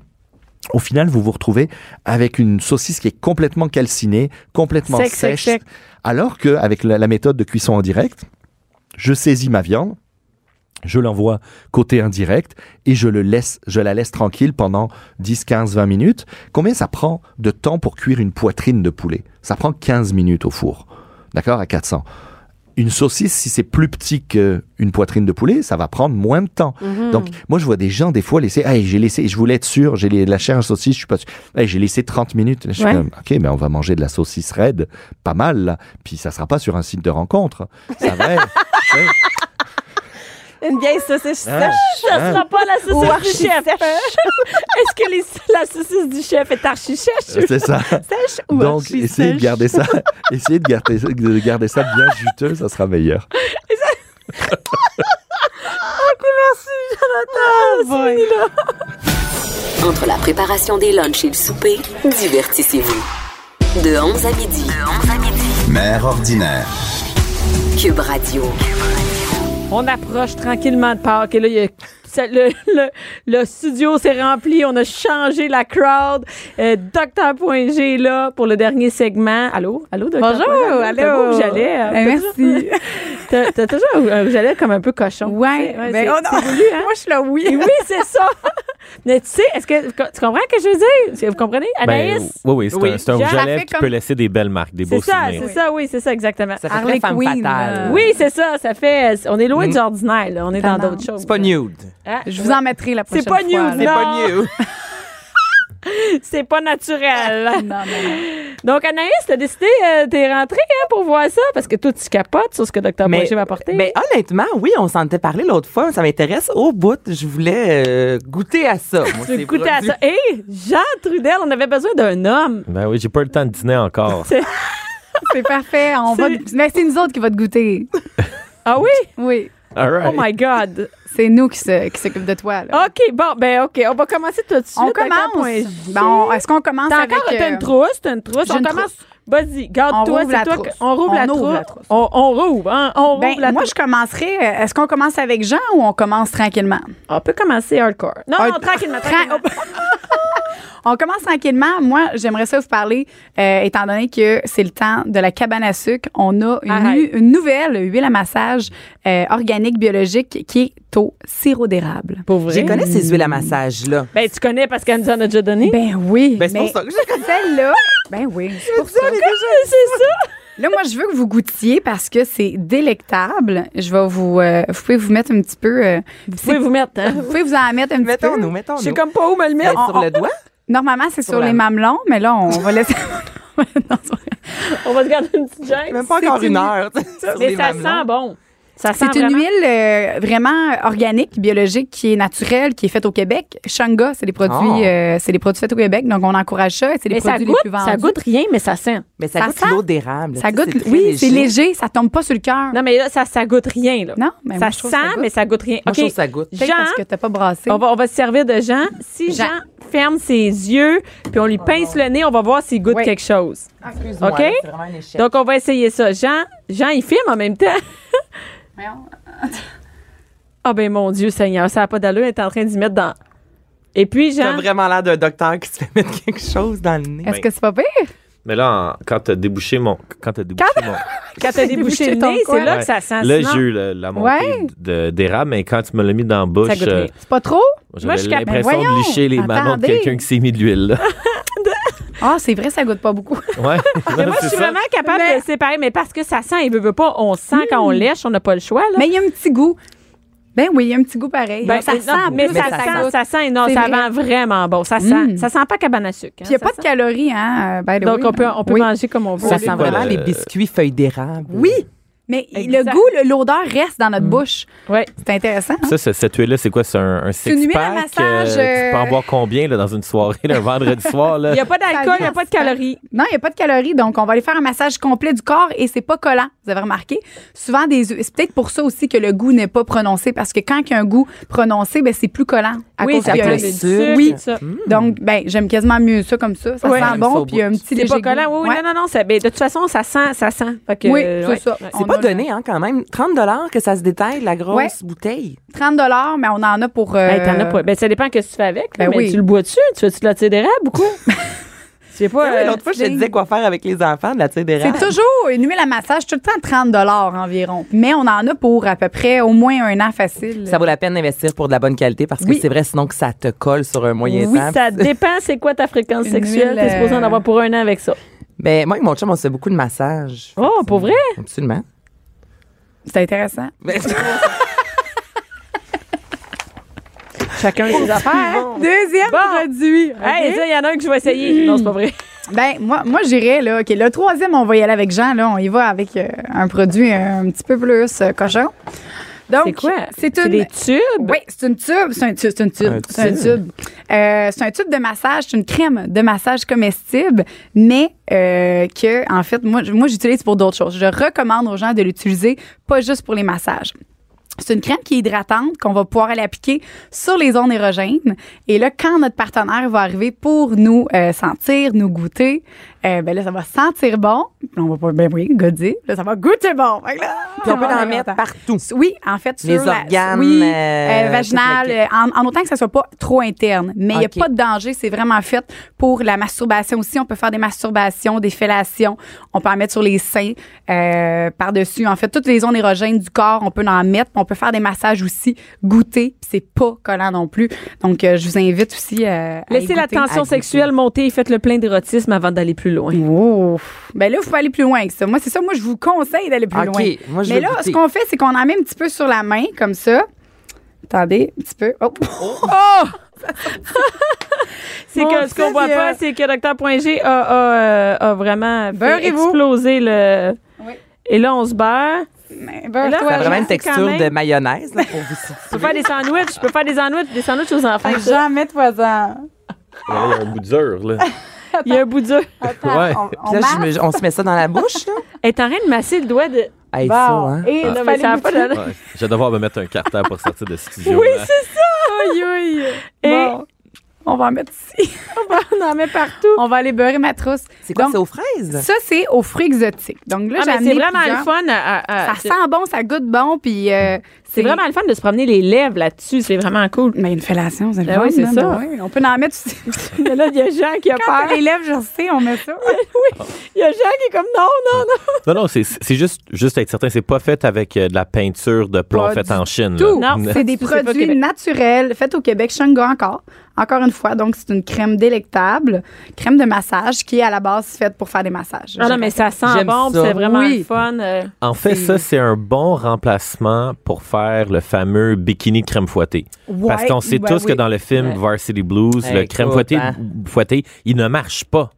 S5: Au final, vous vous retrouvez avec une saucisse qui est complètement calcinée, complètement
S3: Sec, sec,
S5: sèche.
S3: sec.
S5: Alors que avec la, la méthode de cuisson en direct, je saisis ma viande, je l'envoie côté indirect et je, le laisse, je la laisse tranquille pendant 10, 15, 20 minutes. Combien ça prend de temps pour cuire une poitrine de poulet Ça prend 15 minutes au four, d'accord, à 400. Une saucisse, si c'est plus petit qu'une poitrine de poulet, ça va prendre moins de temps. Donc, moi, je vois des gens, des fois, laisser, hey, j'ai laissé, je voulais être sûr, j'ai la chair à saucisse, je suis pas sûr. Hey, j'ai laissé 30 minutes. Je suis
S3: Ouais.
S5: comme, OK, mais on va manger de la saucisse raide, pas mal, là. Puis ça sera pas sur un site de rencontre. Ça va être- tu sais.
S4: Une vieille saucisse
S5: Hein?
S4: sèche.
S3: Ça sera pas la
S4: Ou
S3: saucisse du chef. Est-ce que les- la saucisse du chef est archi sèche?
S5: C'est ça.
S4: Sèche ou
S5: Donc,
S4: archi
S5: essayez de
S4: sèche?
S5: garder ça, essayez de garder, de garder ça bien juteux, ça sera meilleur.
S4: Ouais.
S1: Entre la préparation des lunchs et le souper, divertissez-vous. De 11 à midi. De 11 à midi.
S2: Mère ordinaire.
S1: Cube Radio.
S3: On approche tranquillement de Pâques et là, il y a- ça- le, le- le studio s'est rempli, on a changé la crowd. Euh, Docteur.g est là pour le dernier segment. Allô? Allô, Docteur?
S6: Bonjour,
S3: Allô? T'as
S6: allô.
S3: beau rouge à lèvres.
S6: Ben,
S3: T'as toujours-
S6: merci.
S3: T'as t'as toujours un un rouge à lèvres comme un peu cochon.
S6: Ouais,
S3: C'est- ouais,
S6: ben,
S3: c'est-
S6: oh non.
S3: c'est voulu, hein?
S6: Moi, je suis là, oui.
S3: Et oui, c'est ça. Mais tu sais, est-ce que tu comprends ce que je veux dire? Est-ce que Vous comprenez?
S7: Ben,
S3: Anaïs?
S7: oui, oui, c'est
S3: Oui.
S7: un, c'est un
S3: Jean,
S7: rouge à
S6: ça
S7: lèvres
S6: fait
S7: qui
S6: comme-
S7: peut laisser des belles marques, des beaux
S3: C'est ça,
S7: souvenirs.
S3: c'est ça, oui, c'est ça, exactement. Ah,
S8: Ça fait
S6: Harley
S8: très femme
S6: Quinn,
S8: fatale.
S6: euh,
S3: Oui, c'est ça, ça fait. On est loin du ordinaire, là. On est dans
S6: Tellement.
S3: d'autres choses.
S8: Mm. C'est pas nude.
S3: Ah,
S6: Je vous en mettrai la prochaine
S3: pas
S6: fois.
S3: news,
S8: C'est
S6: là.
S8: pas nude.
S3: C'est pas naturel.
S6: Non, non, non.
S3: Donc, Anaïs, t'as décidé, euh, t'es rentrée hein, pour voir ça, parce que toi, tu capotes sur ce que Dr. Projet va porter.
S8: ben, honnêtement, oui, on s'en était parlé l'autre fois. Ça m'intéresse au bout. Je voulais euh, goûter à ça.
S3: tu
S8: Moi, c'est
S3: veux goûter
S8: vrai.
S3: à ça. Hé, Jean Trudel, on avait besoin d'un homme.
S7: Ben oui, j'ai pas eu le temps de dîner encore.
S6: C'est parfait. On va... Mais c'est nous autres qui va te goûter.
S3: Ah oui?
S6: Oui.
S7: All right.
S3: Oh my God.
S6: C'est nous qui se- qui s'occupe de toi. Là.
S3: OK, bon, ben OK, on va commencer tout de suite.
S6: on
S3: avec
S6: commence.
S3: un point.
S6: Bon, est-ce qu'on commence
S3: T'as
S6: avec...
S3: encore
S6: euh,
S3: t'as une trousse, t'as une trousse.
S6: j'ai
S3: On
S6: une
S3: commence. Vas-y,
S6: On
S3: garde-toi,
S6: rouvre la
S3: c'est toi.
S6: trousse.
S3: que- On rouvre
S6: On
S3: la
S6: ouvre
S3: trousse.
S6: la trousse.
S3: On on rouvre, hein, on
S6: ben,
S3: rouvre la
S6: moi,
S3: trousse.
S6: je commencerai... euh, Est-ce qu'on commence avec Jean ou on commence tranquillement?
S3: On peut commencer hardcore. Non,
S6: Hard-
S3: non, Ah, tranquillement.
S6: Tran-
S3: tranquillement.
S6: On commence tranquillement. Moi, j'aimerais ça vous parler, euh, étant donné que c'est le temps de la cabane à sucre. On a une,
S3: Arrête.
S6: nu- une nouvelle huile à massage euh, organique biologique qui est au sirop d'érable.
S3: Pour vrai?
S8: J'ai connais ces huiles à massage, là.
S3: Ben, tu connais parce qu'elle nous en a déjà donné.
S6: Ben oui,
S8: Ben, c'est
S6: mais
S8: pour ça que j'ai
S6: celle-là, ben oui, c'est pour ça.
S3: c'est ça.
S6: Là, moi, je veux que vous goûtiez parce que c'est délectable. Je vais vous, euh, vous pouvez vous mettre un petit peu, euh,
S3: Vous pouvez vous mettre, hein?
S6: vous pouvez vous en mettre un petit peu.
S8: Mettons-nous, mettons-nous.
S3: Je sais comme pas où me le
S8: Euh,
S3: mettre.
S8: sur le doigt?
S6: Normalement, c'est sur
S8: la-
S6: les mamelons, mais là, on va laisser. Non, c'est vrai.
S3: On va te garder une petite gêne.
S8: Même pas
S6: c'est
S8: encore
S6: une-
S8: une heure. tu sais, sur
S3: Mais
S8: les
S3: ça
S8: mamelons.
S3: sent bon. Ça sent
S6: C'est une
S3: vraiment-
S6: huile euh, vraiment organique, biologique, qui est naturelle, qui est faite au Québec. Shanga, c'est des produits,
S8: Oh.
S6: euh, c'est des produits faits au Québec, donc on encourage ça. et C'est les
S3: Mais ça
S6: produits
S3: goûte,
S6: les plus vendus.
S3: ça goûte rien, mais ça sent.
S8: Mais ça,
S6: Ça
S8: goûte
S6: sent-
S8: l'eau d'érable.
S6: Ça
S8: tu sais,
S6: goûte-
S8: très
S6: oui, c'est léger, ça tombe pas sur le cœur.
S3: Non, mais là, ça, ça goûte rien, là.
S6: Non, mais
S3: ça
S6: moi, je
S3: sent,
S6: trouve que ça goûte.
S3: mais ça goûte rien.
S8: Moi,
S3: OK.
S8: je trouve que ça goûte.
S6: Peut-être
S3: Jean,
S6: parce que t'as pas brassé.
S3: on va, on va se servir de Jean. Si Jean, Oh
S6: Jean.
S3: ferme ses yeux, puis on lui pince le nez, on va voir s'il goûte
S6: Oui.
S3: quelque chose.
S8: Excuse-moi,
S3: OK?
S8: là, c'est vraiment un échec.
S3: Donc, on va essayer ça. Jean, Jean, il filme en même temps.
S6: Voyons.
S3: Ah, ben, mon Dieu, Seigneur, ça n'a pas d'allure, il est en train d'y mettre dans. Et puis,
S8: T'as
S3: Jean.
S8: vraiment l'air d'un docteur qui se fait mettre quelque chose dans le nez.
S3: Ben.
S6: Est-ce que c'est pas pire?
S7: Mais là, en- quand t'as débouché mon. Quand t'as débouché mon.
S3: Quand t'as débouché le
S6: Débouché ton
S3: nez, c'est
S6: coin.
S3: là
S7: Ouais.
S3: que ça sent.
S7: Là,
S3: Sinon,
S7: j'ai eu le- la montée
S6: Ouais.
S7: de- d'érable, mais quand tu me l'as mis dans la
S3: ça
S7: bouche,
S3: goûte rien.
S7: euh,
S6: C'est pas trop?
S3: Moi, je
S7: j'avais
S3: suis capable-
S7: l'impression
S6: Voyons,
S7: de licher les mamans de
S6: attendez.
S7: quelqu'un qui s'est mis de l'huile, là.
S6: Ah, c'est vrai, ça goûte pas beaucoup.
S7: Ouais.
S3: Mais moi, je suis vraiment capable de
S6: Mais- Hmm.
S3: le séparer, mais parce que ça sent, il veut, veut pas, on sent quand on lèche, on n'a pas le choix. Là.
S6: mais il y a un petit goût. Ben oui, il y a un petit goût pareil.
S3: Ben,
S6: Donc, ça
S3: non,
S6: sent en
S3: mais
S6: plus
S3: ça,
S6: que
S3: sent,
S6: goûte.
S3: ça sent énorme,
S6: C'est
S3: ça
S6: vrai.
S3: sent vraiment bon. Ça sent,
S6: Mm.
S3: ça sent pas cabane à sucre. hein,
S6: Puis il n'y a
S3: ça
S6: pas
S3: sent.
S6: de calories, hein? euh, by the
S3: Donc
S6: way.
S3: on peut, on peut
S6: Oui.
S3: manger comme on veut.
S8: Ça
S7: c'est
S8: sent
S7: quoi
S8: vraiment
S7: le-
S8: les biscuits feuilles d'érable.
S6: Oui, mais
S3: Exact. Mm.
S6: le goût, le- l'odeur reste dans notre bouche.
S3: Ouais.
S6: C'est intéressant. hein?
S7: Ça, ce- cette huile-là, c'est quoi? C'est un, un
S6: une
S7: six-pack?
S6: huile à massage,
S7: euh, Tu peux en
S6: euh,
S7: boire combien là, dans une soirée, là, un vendredi soir? Là?
S3: Il n'y a pas d'alcool, il n'y a pas de calories.
S6: Non, il n'y a pas de calories, donc on va aller faire un massage complet du corps et c'est pas collant. Vous avez remarqué? Souvent, des hu- c'est peut-être pour ça aussi que le goût n'est pas prononcé, parce que quand il y a un goût prononcé, ben, c'est plus collant. À
S3: oui,
S6: cause
S3: ça
S6: qu'il y a
S3: colle
S6: un-
S3: du
S8: sucre.
S3: sucre.
S6: Oui.
S3: tout ça.
S6: Donc, ben, j'aime quasiment mieux ça comme ça. Ça
S3: Ouais.
S6: sent
S8: Ça
S6: bon,
S8: me
S6: puis il y a un petit
S3: C'est
S6: léger
S3: pas collant. Oui,
S6: goût.
S3: oui, non, non, non. ça- ben, de toute façon, ça sent, ça sent. Fait que,
S6: Oui,
S3: euh,
S6: c'est
S3: ouais.
S6: ça.
S3: Ouais.
S6: On
S8: C'est pas
S6: a
S8: donné, hein, quand même. 30 que ça se détaille, la grosse
S6: Ouais.
S8: bouteille.
S6: 30 mais on en a pour... euh,
S3: Hey, t'en as pas- Ben, ça dépend qu'est-ce que tu fais avec. là,
S6: Ben
S3: mais
S6: oui.
S3: tu le bois dessus, tu fais-tu de la tire d'érable ou quoi? C'est pas.
S8: Ouais,
S3: euh,
S8: L'autre fois, je te
S6: ding.
S8: disais quoi faire avec les enfants de la tire
S6: C'est
S3: Ah.
S8: d'érable.
S6: toujours une huile à massage, tout le temps 30 environ. Mais on en a pour à peu près au moins un an facile.
S8: Ça vaut la peine d'investir pour de la bonne qualité parce que
S6: Oui.
S8: c'est vrai, sinon que ça te colle sur un moyen
S3: Oui,
S8: temps.
S3: ça dépend c'est quoi ta fréquence
S6: Une
S3: sexuelle.
S6: huile,
S3: T'es supposé en
S6: euh,
S3: avoir pour un an avec ça.
S8: Mais Ben, moi et mon chum, on se fait beaucoup de massages.
S3: Oh, pour vrai?
S8: Absolument.
S6: C'est intéressant.
S8: Mais-
S3: Chacun ses affaires.
S6: Deuxième
S3: Bon.
S6: produit.
S3: Hey, ça, il y en a un que je vais
S6: Mmh.
S3: essayer. non, c'est pas vrai.
S6: Ben, moi, moi j'irais, là. OK, le troisième, on va y aller avec Jean, là. On y va avec euh, un produit un petit peu plus euh, cochon. Donc,
S3: C'est quoi?
S6: C'est
S3: C'est
S6: une.
S3: des tubes?
S6: Oui, c'est une tube. C'est un tube. C'est un tube.
S7: Un
S6: C'est un
S7: tube.
S6: tube. Euh, c'est un tube de massage. C'est une crème de massage comestible, mais euh, que, en fait, moi, moi j'utilise pour d'autres choses. Je recommande aux gens de l'utiliser, pas juste pour les massages. C'est une crème qui est hydratante qu'on va pouvoir aller appliquer sur les zones érogènes. Et là, quand notre partenaire va arriver pour nous euh, sentir, nous goûter, euh, ben là, ça va sentir bon. On va pas, ben oui, goûter. Là, ça va goûter bon. Fait que là,
S8: Puis on peut
S6: va
S8: en
S6: être
S8: mettre
S6: content.
S8: partout.
S6: Oui, en fait, sur
S8: Les
S6: la-
S8: organes,
S6: oui,
S8: euh,
S6: euh, vaginal,
S8: tout le
S6: euh, en, en autant que ça soit pas trop interne. Mais il n'y
S8: Ok.
S6: a pas de danger, c'est vraiment fait pour la masturbation aussi. On peut faire des masturbations, des fellations, on peut en mettre sur les seins, euh, par-dessus. En fait, toutes les zones érogènes du corps, on peut en mettre. On peut faire des massages aussi, goûter, puis c'est pas collant non plus. Donc, euh, je vous invite aussi euh, à
S3: Laissez
S6: y
S3: la
S6: goûter.
S3: tension
S6: À goûter.
S3: sexuelle monter et faites le plein d'érotisme avant d'aller plus loin.
S6: Wow. Ben là, il faut aller plus loin que ça. Moi, c'est ça, moi, je vous conseille d'aller plus
S8: OK,
S6: loin.
S8: moi, je
S6: Mais
S8: vais
S6: là,
S8: goûter.
S6: ce qu'on fait, c'est qu'on en met un petit peu sur la main, comme ça. Attendez, un petit peu. Oh!
S3: C'est
S6: Mon
S3: que ce qu'on voit
S6: Dieu.
S3: pas, c'est que Dr. G a, a, euh, a vraiment fait
S6: Beurrez-vous.
S3: exploser le.
S6: Oui.
S3: Et là, on se beurre.
S6: Mais
S3: Là,
S6: beurre-toi,
S8: Ça a
S3: Ouais,
S8: vraiment une
S3: c'est quand
S8: texture
S3: même-
S8: de mayonnaise, là, pour vous
S3: Je peux faire des sandwichs. Je peux faire des sandwichs, des sandwichs aux enfants.
S6: Jamais toi
S7: Là, ils ont un bout dur, là.
S3: Il y a un bout de. Ah,
S6: Attends,
S7: Ouais.
S6: on, on
S8: Puis là,
S6: marche.
S8: je me- on se met ça dans la bouche, là.
S3: Elle est en train de masser le doigt de.
S8: Hey,
S6: Bon.
S8: ça, hein.
S6: Et
S3: Non,
S6: il
S3: mais
S6: fallait
S3: ça a pas
S6: goûter.
S3: d'allure.
S7: Ouais. Je vais devoir me mettre un carter pour sortir de ce studio.
S3: Oui,
S7: là.
S3: c'est
S6: Aïe, aïe.
S3: Et- Ah,
S6: Bon, On va en mettre ici.
S3: On en met partout.
S6: On va aller beurrer ma trousse.
S8: C'est quoi,
S6: Donc,
S8: c'est aux fraises?
S6: ça? c'est aux fruits exotiques. Donc là,
S3: Ah,
S6: j'ai
S3: mais c'est
S6: amené
S3: vraiment
S6: plusieurs.
S3: le fun. à- à- à-
S6: Ça sent bon, ça goûte bon, puis euh,
S3: c'est vraiment le fun de se promener les lèvres là-dessus. C'est vraiment cool.
S6: Mais une fellation, c'est le
S3: Ben
S6: fun,
S3: oui, c'est
S6: là,
S3: ça.
S6: ben oui. On peut en mettre aussi.
S3: Mais là, il y a Jean qui a
S6: Quand
S3: peur.
S6: t'as les lèvres, je sais, on met ça.
S3: Il y a Jean qui est comme non, non, non.
S7: Non, non, c'est- c'est juste, juste être certain. C'est pas fait avec euh, de la peinture de plomb
S6: Pas
S7: faite
S6: du
S7: en Chine.
S6: tout.
S7: là.
S3: Non,
S6: C'est des
S3: C'est pas au
S6: produits
S3: Québec.
S6: naturels faits au Québec, Shango encore. Encore une fois, donc c'est une crème délectable, crème de massage qui est à la base faite pour faire des massages.
S3: Ah non, mais ça sent
S8: J'aime
S3: bon, puis
S8: ça.
S3: c'est vraiment
S6: Oui.
S3: le fun. euh.
S7: En fait,
S6: C'est-
S7: ça, c'est un bon remplacement pour faire le fameux bikini de crème fouettée. Parce qu'on
S6: ben
S7: sait tous que dans le film
S8: Ouais.
S7: Varsity Blues,
S8: Ouais,
S7: le crème fouettée,
S8: écoute,
S7: fouettée, il ne marche pas.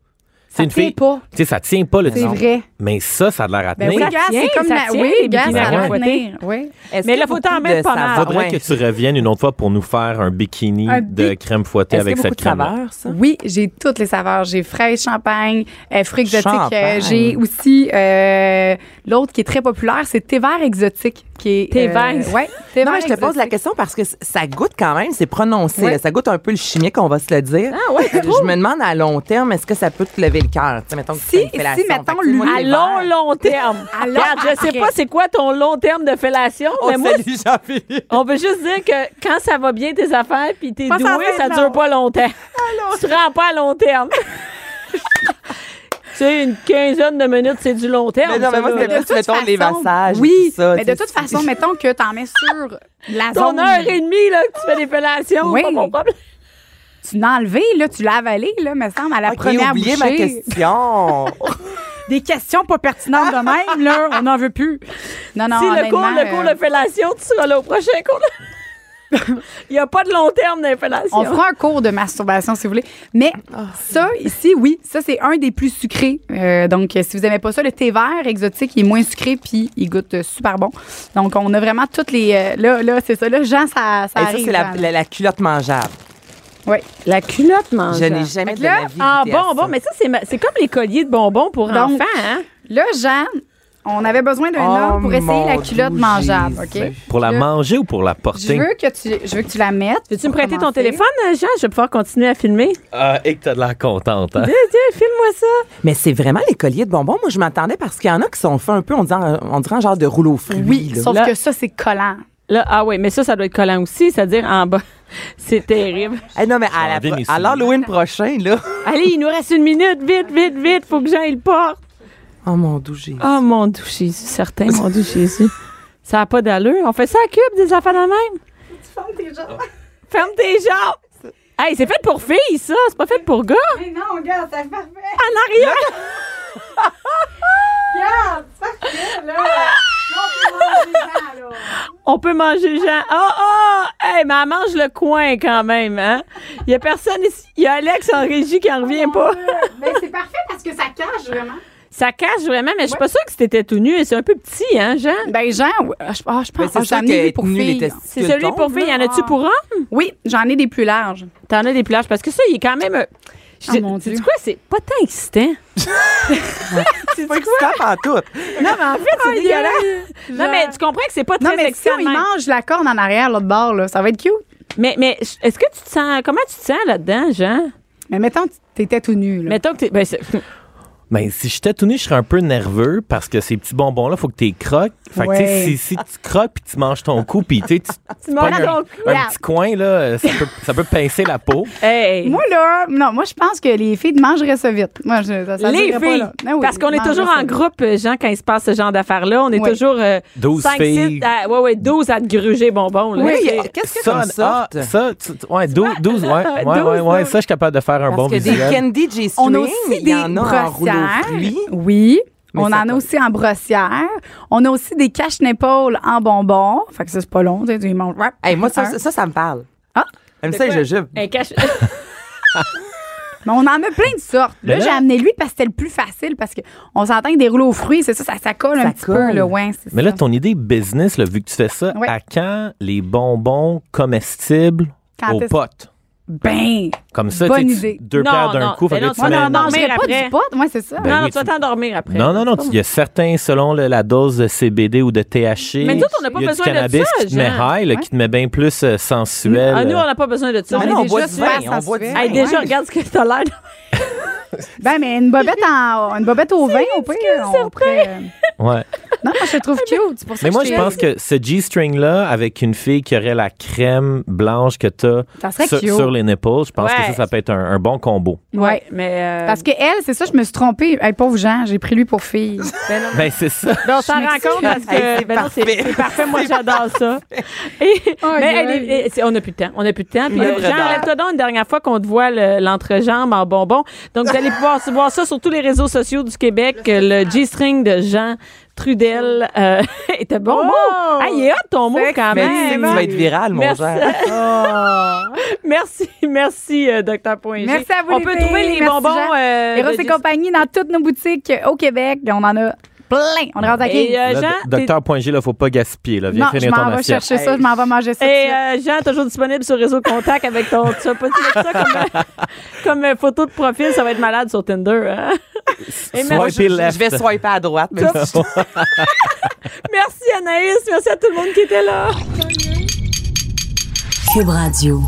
S7: C'est
S6: ça
S7: une
S6: tient
S7: fille.
S6: pas.
S7: Tu sais, ça tient pas le
S6: C'est
S7: temps.
S6: vrai.
S7: Mais ça, ça a de l'air à
S6: Ben
S7: tenir.
S6: oui,
S3: ça
S6: gars,
S3: tient,
S6: c'est comme
S3: ça
S6: la...
S3: tient,
S6: Oui,
S3: les
S6: gars,
S3: bikinis
S6: ça
S7: à
S6: va
S3: fouetter.
S6: tenir. Oui.
S8: Est-ce
S3: Mais
S8: qu'il y a
S3: là, faut t'en
S8: beaucoup
S3: mettre
S8: de
S3: pas mal.
S8: saveurs?
S7: Faudrait
S8: Ouais.
S7: que tu reviennes une autre fois pour nous faire un bikini
S6: Un
S7: de
S6: bi-
S7: crème fouettée
S8: Est-ce
S7: avec
S8: qu'il y a
S7: cette
S8: beaucoup de
S7: crème.
S8: saveurs, ça?
S6: Oui, j'ai toutes les saveurs. J'ai frais, champagne, euh, fruits exotiques.
S8: Champagne.
S6: Euh, j'ai aussi euh, l'autre qui est très populaire, c'est thé vert exotique. Qui est,
S3: Thé
S6: euh,
S3: vert.
S6: ouais, thé
S8: Non, mais
S6: vert
S8: je te pose la
S6: exotique.
S8: question parce que c- ça goûte quand même, c'est prononcé.
S6: Ouais.
S8: là. Ça goûte un peu le chimique, on va se le dire.
S3: Ah ouais,
S8: Euh, je me demande à long terme, est-ce que ça peut te lever le cœur? Tu sais, mettons que tu
S6: Si-
S8: fais une
S6: si,
S8: fellation.
S6: mettons,
S8: Fait que, tu sais, moi,
S6: lui-
S3: À
S8: les
S3: long,
S8: verres-
S3: long terme.
S6: À long-
S3: Regarde, je sais
S6: après.
S3: pas c'est quoi ton long terme de fellation, mais
S8: On
S3: moi,
S8: salue Jean-Philippe.
S3: on veut juste dire que quand ça va bien tes affaires puis t'es
S6: Pas
S3: doué,
S6: sans
S3: ça
S6: être
S3: dure
S6: long.
S3: pas longtemps. Tu rends pas à long terme. tu sais, une quinzaine de minutes, c'est du long terme.
S8: Mais non, mais
S3: ça,
S8: moi,
S3: là.
S8: c'était plus, mettons, les massages.
S6: Oui,
S8: et tout ça, tu
S6: mais de
S8: sais,
S6: toute
S8: c'est-
S6: façon, mettons que t'en mets sur la
S3: Ton
S6: zone.
S3: heure et demie, là, que tu fais des fellations,
S6: Oui.
S3: pas mon problème.
S6: Tu l'as enlevé, là, tu l'as avalé, là, me semble, à la
S8: Ok,
S6: première
S8: oubliez
S6: bouchée.
S8: ma question.
S6: Des questions pas pertinentes de même, là, on n'en veut plus. Non, non,
S3: si le cours,
S6: honnêtement,
S3: le cours
S6: euh,
S3: de fellation, tu seras là au prochain cours. de- Il n'y a pas de long terme d'infellation.
S6: On fera un cours de masturbation, si vous voulez. Mais
S8: Ah.
S6: ça, ici, oui, ça, c'est un des plus sucrés. Euh, donc, euh, si vous aimez pas ça, le thé vert exotique, il est moins sucré, puis il goûte euh, super bon. Donc, on a vraiment toutes les... euh, là, là, c'est ça. Là, Jean, ça, ça
S8: Et ça,
S6: arrive.
S8: c'est la, la- la culotte mangeable.
S6: Oui.
S3: La culotte mange.
S8: Je n'ai jamais
S6: Fait que
S8: de
S6: là,
S8: ma vie.
S3: Ah,
S8: goûté à
S3: bonbon,
S8: ça.
S3: mais ça, c'est, ma- c'est comme les colliers de bonbons pour
S6: Donc,
S3: enfants, hein?
S6: Là, Jean, on avait besoin d'un
S8: Oh,
S6: homme pour essayer la
S8: mon
S6: culotte
S8: doux
S6: mangeable, OK?
S8: Jésus.
S7: Pour la
S6: Je-
S7: manger ou pour la
S6: Je
S7: porter?
S6: veux que tu, je veux que tu la mettes.
S3: Veux-tu me
S6: pour
S3: prêter ton
S6: commencer.
S3: téléphone, euh, Jean? Je vais pouvoir continuer à filmer.
S7: Ah, et que t'as de l'air contente, hein?
S3: Tiens, tiens, filme-moi ça.
S8: Mais c'est vraiment les colliers de bonbons. Moi, je m'attendais parce qu'il y en a qui sont faits un peu, on dirait, un- on dirait un genre de rouleau fruit.
S6: Oui,
S8: là.
S6: sauf
S3: Là.
S6: que ça, c'est collant.
S3: Là, ah oui, mais ça, ça doit être collant aussi, c'est-à-dire en bas. C'est terrible.
S8: Eh non, mais
S7: vais
S8: à, la-
S7: enlever mes
S8: à
S7: souliers.
S8: l'Halloween prochain, là.
S3: Allez, il nous reste une minute. Vite, vite, vite. Faut que Jean, il porte.
S8: Oh mon douché.
S3: Oh mon Dieu, Jésus, certain, mon Dieu, Jésus. Ça n'a pas d'allure. On fait ça à cube, des affaires de même. Ferme tes jambes. Hey, c'est fait pour filles, ça. C'est pas fait pour gars.
S6: non, regarde, c'est parfait.
S3: En arrière.
S6: Regarde, c'est parfait, là.
S3: On peut manger Jean. Oh, oh! Hey, mais elle mange le coin quand même, hein? Il y a personne ici. Il y a Alex en régie qui en revient pas.
S6: Mais c'est parfait parce que ça cache vraiment.
S3: Ça cache vraiment, mais je suis pas sûre que c'était tout nu. Et c'est un peu petit, hein, Jean?
S6: Ben, Jean, ouais, je, ah, je pense
S8: Ben, c'est
S6: ah,
S8: sûr
S6: j'en ai
S8: que
S6: lui pour
S8: nu, les
S6: filles.
S8: testicules
S3: C'est celui
S8: tombent,
S3: pour
S8: là.
S3: filles. Y en a-tu pour hommes?
S6: Oui, j'en ai des plus larges.
S3: T'en as des plages parce que ça, il est quand même. euh, Je,
S6: Ah, mon
S3: sais-tu
S6: Dieu.
S3: quoi? C'est pas tant excitant.
S8: C'est pas excitant en tout.
S3: Non, mais en fait, c'est dégueulasse. Non, mais tu comprends que c'est pas
S6: Oh, Non,
S3: très
S6: mais si
S3: excitant.
S6: on y
S3: même.
S6: mange la corne en arrière, l'autre bord, là, ça va être cute.
S3: Mais, mais est-ce que tu te sens. Comment tu te sens là-dedans, Jean?
S6: Mais mettons, que t'étais tout nu. Là.
S3: Mettons que t'es. Ben, c'est-
S7: Ben, si j'étais tout nu, je serais un peu nerveux parce que ces petits bonbons-là, faut que tu les croques. Fait que, tu
S6: Ouais.
S7: sais, si, si tu croques puis tu manges ton cou puis tu sais, tu- tu
S3: manges
S7: pognes un,
S3: ton cou.
S7: un petit coin, là, euh, ça peut, ça peut pincer la peau.
S3: Hey!
S6: Moi, là, non, moi, je pense que les filles mangeraient ça vite. Moi, je, ça, ça
S3: les
S6: dirait pas,
S3: filles,
S6: là. Ah oui,
S3: parce qu'on est
S6: mangeraient
S3: toujours
S6: ça
S3: en
S6: vite.
S3: groupe, euh, Jean, quand il se passe ce genre d'affaires-là. On est
S6: Ouais.
S3: toujours euh,
S7: 12
S3: cinq,
S7: filles.
S3: six à, ouais, ouais, 12 à te gruger bonbon. Là.
S8: Oui,
S3: C'est-
S8: qu'est-ce que comme
S7: ah,
S8: sorte?
S7: ça, tu- tu- ouais, 12, 12, ouais, ouais, ouais,
S3: 12,
S7: ouais,
S3: ouais.
S7: ça, je suis capable de faire un bon
S8: Parce que des
S7: visuel.
S8: candy J-string,
S6: On a aussi
S8: il y
S6: des
S8: en a en rouleau
S6: brossières.
S8: fruit.
S6: Oui.
S8: Mais
S6: on
S8: ça
S6: en a
S8: colle.
S6: aussi en brossière. On a aussi des caches népaules en bonbons. Fait que ça, c'est pas long. tu sais, Tu les manges. rap,
S8: Hey, moi, ça,
S6: un.
S8: ça, ça, ça me parle.
S6: Ah.
S8: J'aime ça, les jujubes.
S3: Un cache-
S7: Ben
S6: Mais on en a plein de sortes. Là,
S7: Mais là-
S6: j'ai amené lui parce que c'était le plus facile. Parce qu'on s'entend que des rouleaux aux fruits, c'est ça, ça, ça colle
S8: Ça
S6: un petit
S8: colle.
S6: peu. Là, ouais, c'est
S7: Mais là,
S6: ça.
S7: ton idée business, là, vu que tu fais ça,
S6: Ouais.
S7: à quand les bonbons comestibles
S6: Quand
S7: aux
S6: est-ce-
S7: potes?
S6: Ben!
S7: Comme ça,
S6: Bonne
S7: tu sais,
S6: idée.
S7: tu- deux
S3: Non,
S7: paires d'un
S3: non,
S7: coup. fait
S3: mais
S7: que
S3: non,
S7: là, tu
S3: moi,
S7: mets-
S3: non, non,
S6: Non,
S3: mais
S6: mais pas
S3: après-
S6: du pot. Moi, c'est ça.
S7: Ben
S3: non, non,
S7: oui,
S3: tu vas
S7: tu-
S3: t'endormir après.
S7: Non, non, non. tu- Il y a certains, selon le- la dose de CBD ou de THC.
S3: Mais nous autres, on n'a pas
S7: il y a du
S3: besoin de
S7: cannabis
S3: ça,
S7: qui te met
S3: Jean.
S7: high, là,
S6: Ouais.
S7: qui te met bien plus euh, sensuel.
S3: Ah, nous, on n'a pas besoin de ça.
S8: Mais
S6: Ben on
S8: non,
S6: est
S8: on boit
S6: déjà
S8: du vin,
S6: super
S8: on boit du
S6: sensuel.
S8: vin.
S3: Hey, déjà,
S6: Ouais.
S3: regarde ce que t'as l'air.
S6: Ben, mais une bobette, en, une bobette au vin, au pire. on pourrait- euh,
S7: Ouais.
S6: Non, moi, je te trouve cute. C'est pour ça
S7: Mais
S6: que
S7: moi,
S6: je
S7: je
S6: te-
S7: pense que ce G-string-là, avec une fille qui aurait la crème blanche que t'as
S6: Ça serait
S7: sur,
S6: cute.
S7: sur les nipples, je pense que
S3: Ouais.
S7: ça, ça peut être un, un bon combo.
S6: Ouais.
S3: mais. euh,
S6: Parce que elle, c'est ça, je me suis trompée. Hey, pauvre Jean, j'ai pris lui pour fille.
S3: ben non.
S7: Ben, c'est ça.
S3: Ben, on s'en rend compte parce que ben non, c'est c'est parfait. Moi, j'adore ça. Et-
S6: Aïe,
S3: mais
S6: aïe.
S3: elle est- et- c'est- on n'a plus de temps. On n'a plus de temps. Puis,
S8: On a
S3: euh,
S8: plus de
S3: Jean,
S8: temps.
S3: enlève-toi donc une dernière fois qu'on te voit le- l'entrejambe en bonbon. Donc, vous allez pouvoir se voir ça sur tous les réseaux sociaux du Québec. euh, Le G-string de Jean Trudel euh, était bon. mot. Ah, il est hot ton mot quand
S8: Mais
S3: même.
S8: tu sais que tu vas être viral, mon
S3: Merci.
S8: cher.
S6: Oh.
S3: Merci, merci, euh, Docteur Point G.
S6: Merci à vous,
S3: On
S6: les
S3: peut
S6: filles.
S3: trouver les
S6: Merci,
S3: bonbons.
S6: Jean.
S3: euh,
S6: Eros
S3: de
S6: et
S3: G-
S6: compagnie dans toutes nos boutiques au Québec. On en a plein. On est rendu à
S3: Et, euh,
S7: Là,
S3: Jean,
S7: do-
S3: t'es-
S7: docteur Point G, là, faut pas gaspiller. Là. Viens
S6: Non, je
S7: finir ton
S6: m'en vais
S7: assiette.
S6: chercher ça, je m'en vais manger ça.
S3: Et euh, Jean, toujours disponible sur Réseau Contact avec ton. Tu vas pas te mettre ça comme, comme euh, photo de profil, ça va être malade sur Tinder. hein? Et
S7: Swiper
S8: Moi,
S3: merci,
S8: je, je-
S7: left.
S8: je vais swiper à droite. mais si je-
S3: merci Anaïs, merci à tout le monde qui était là.
S1: Cube Radio.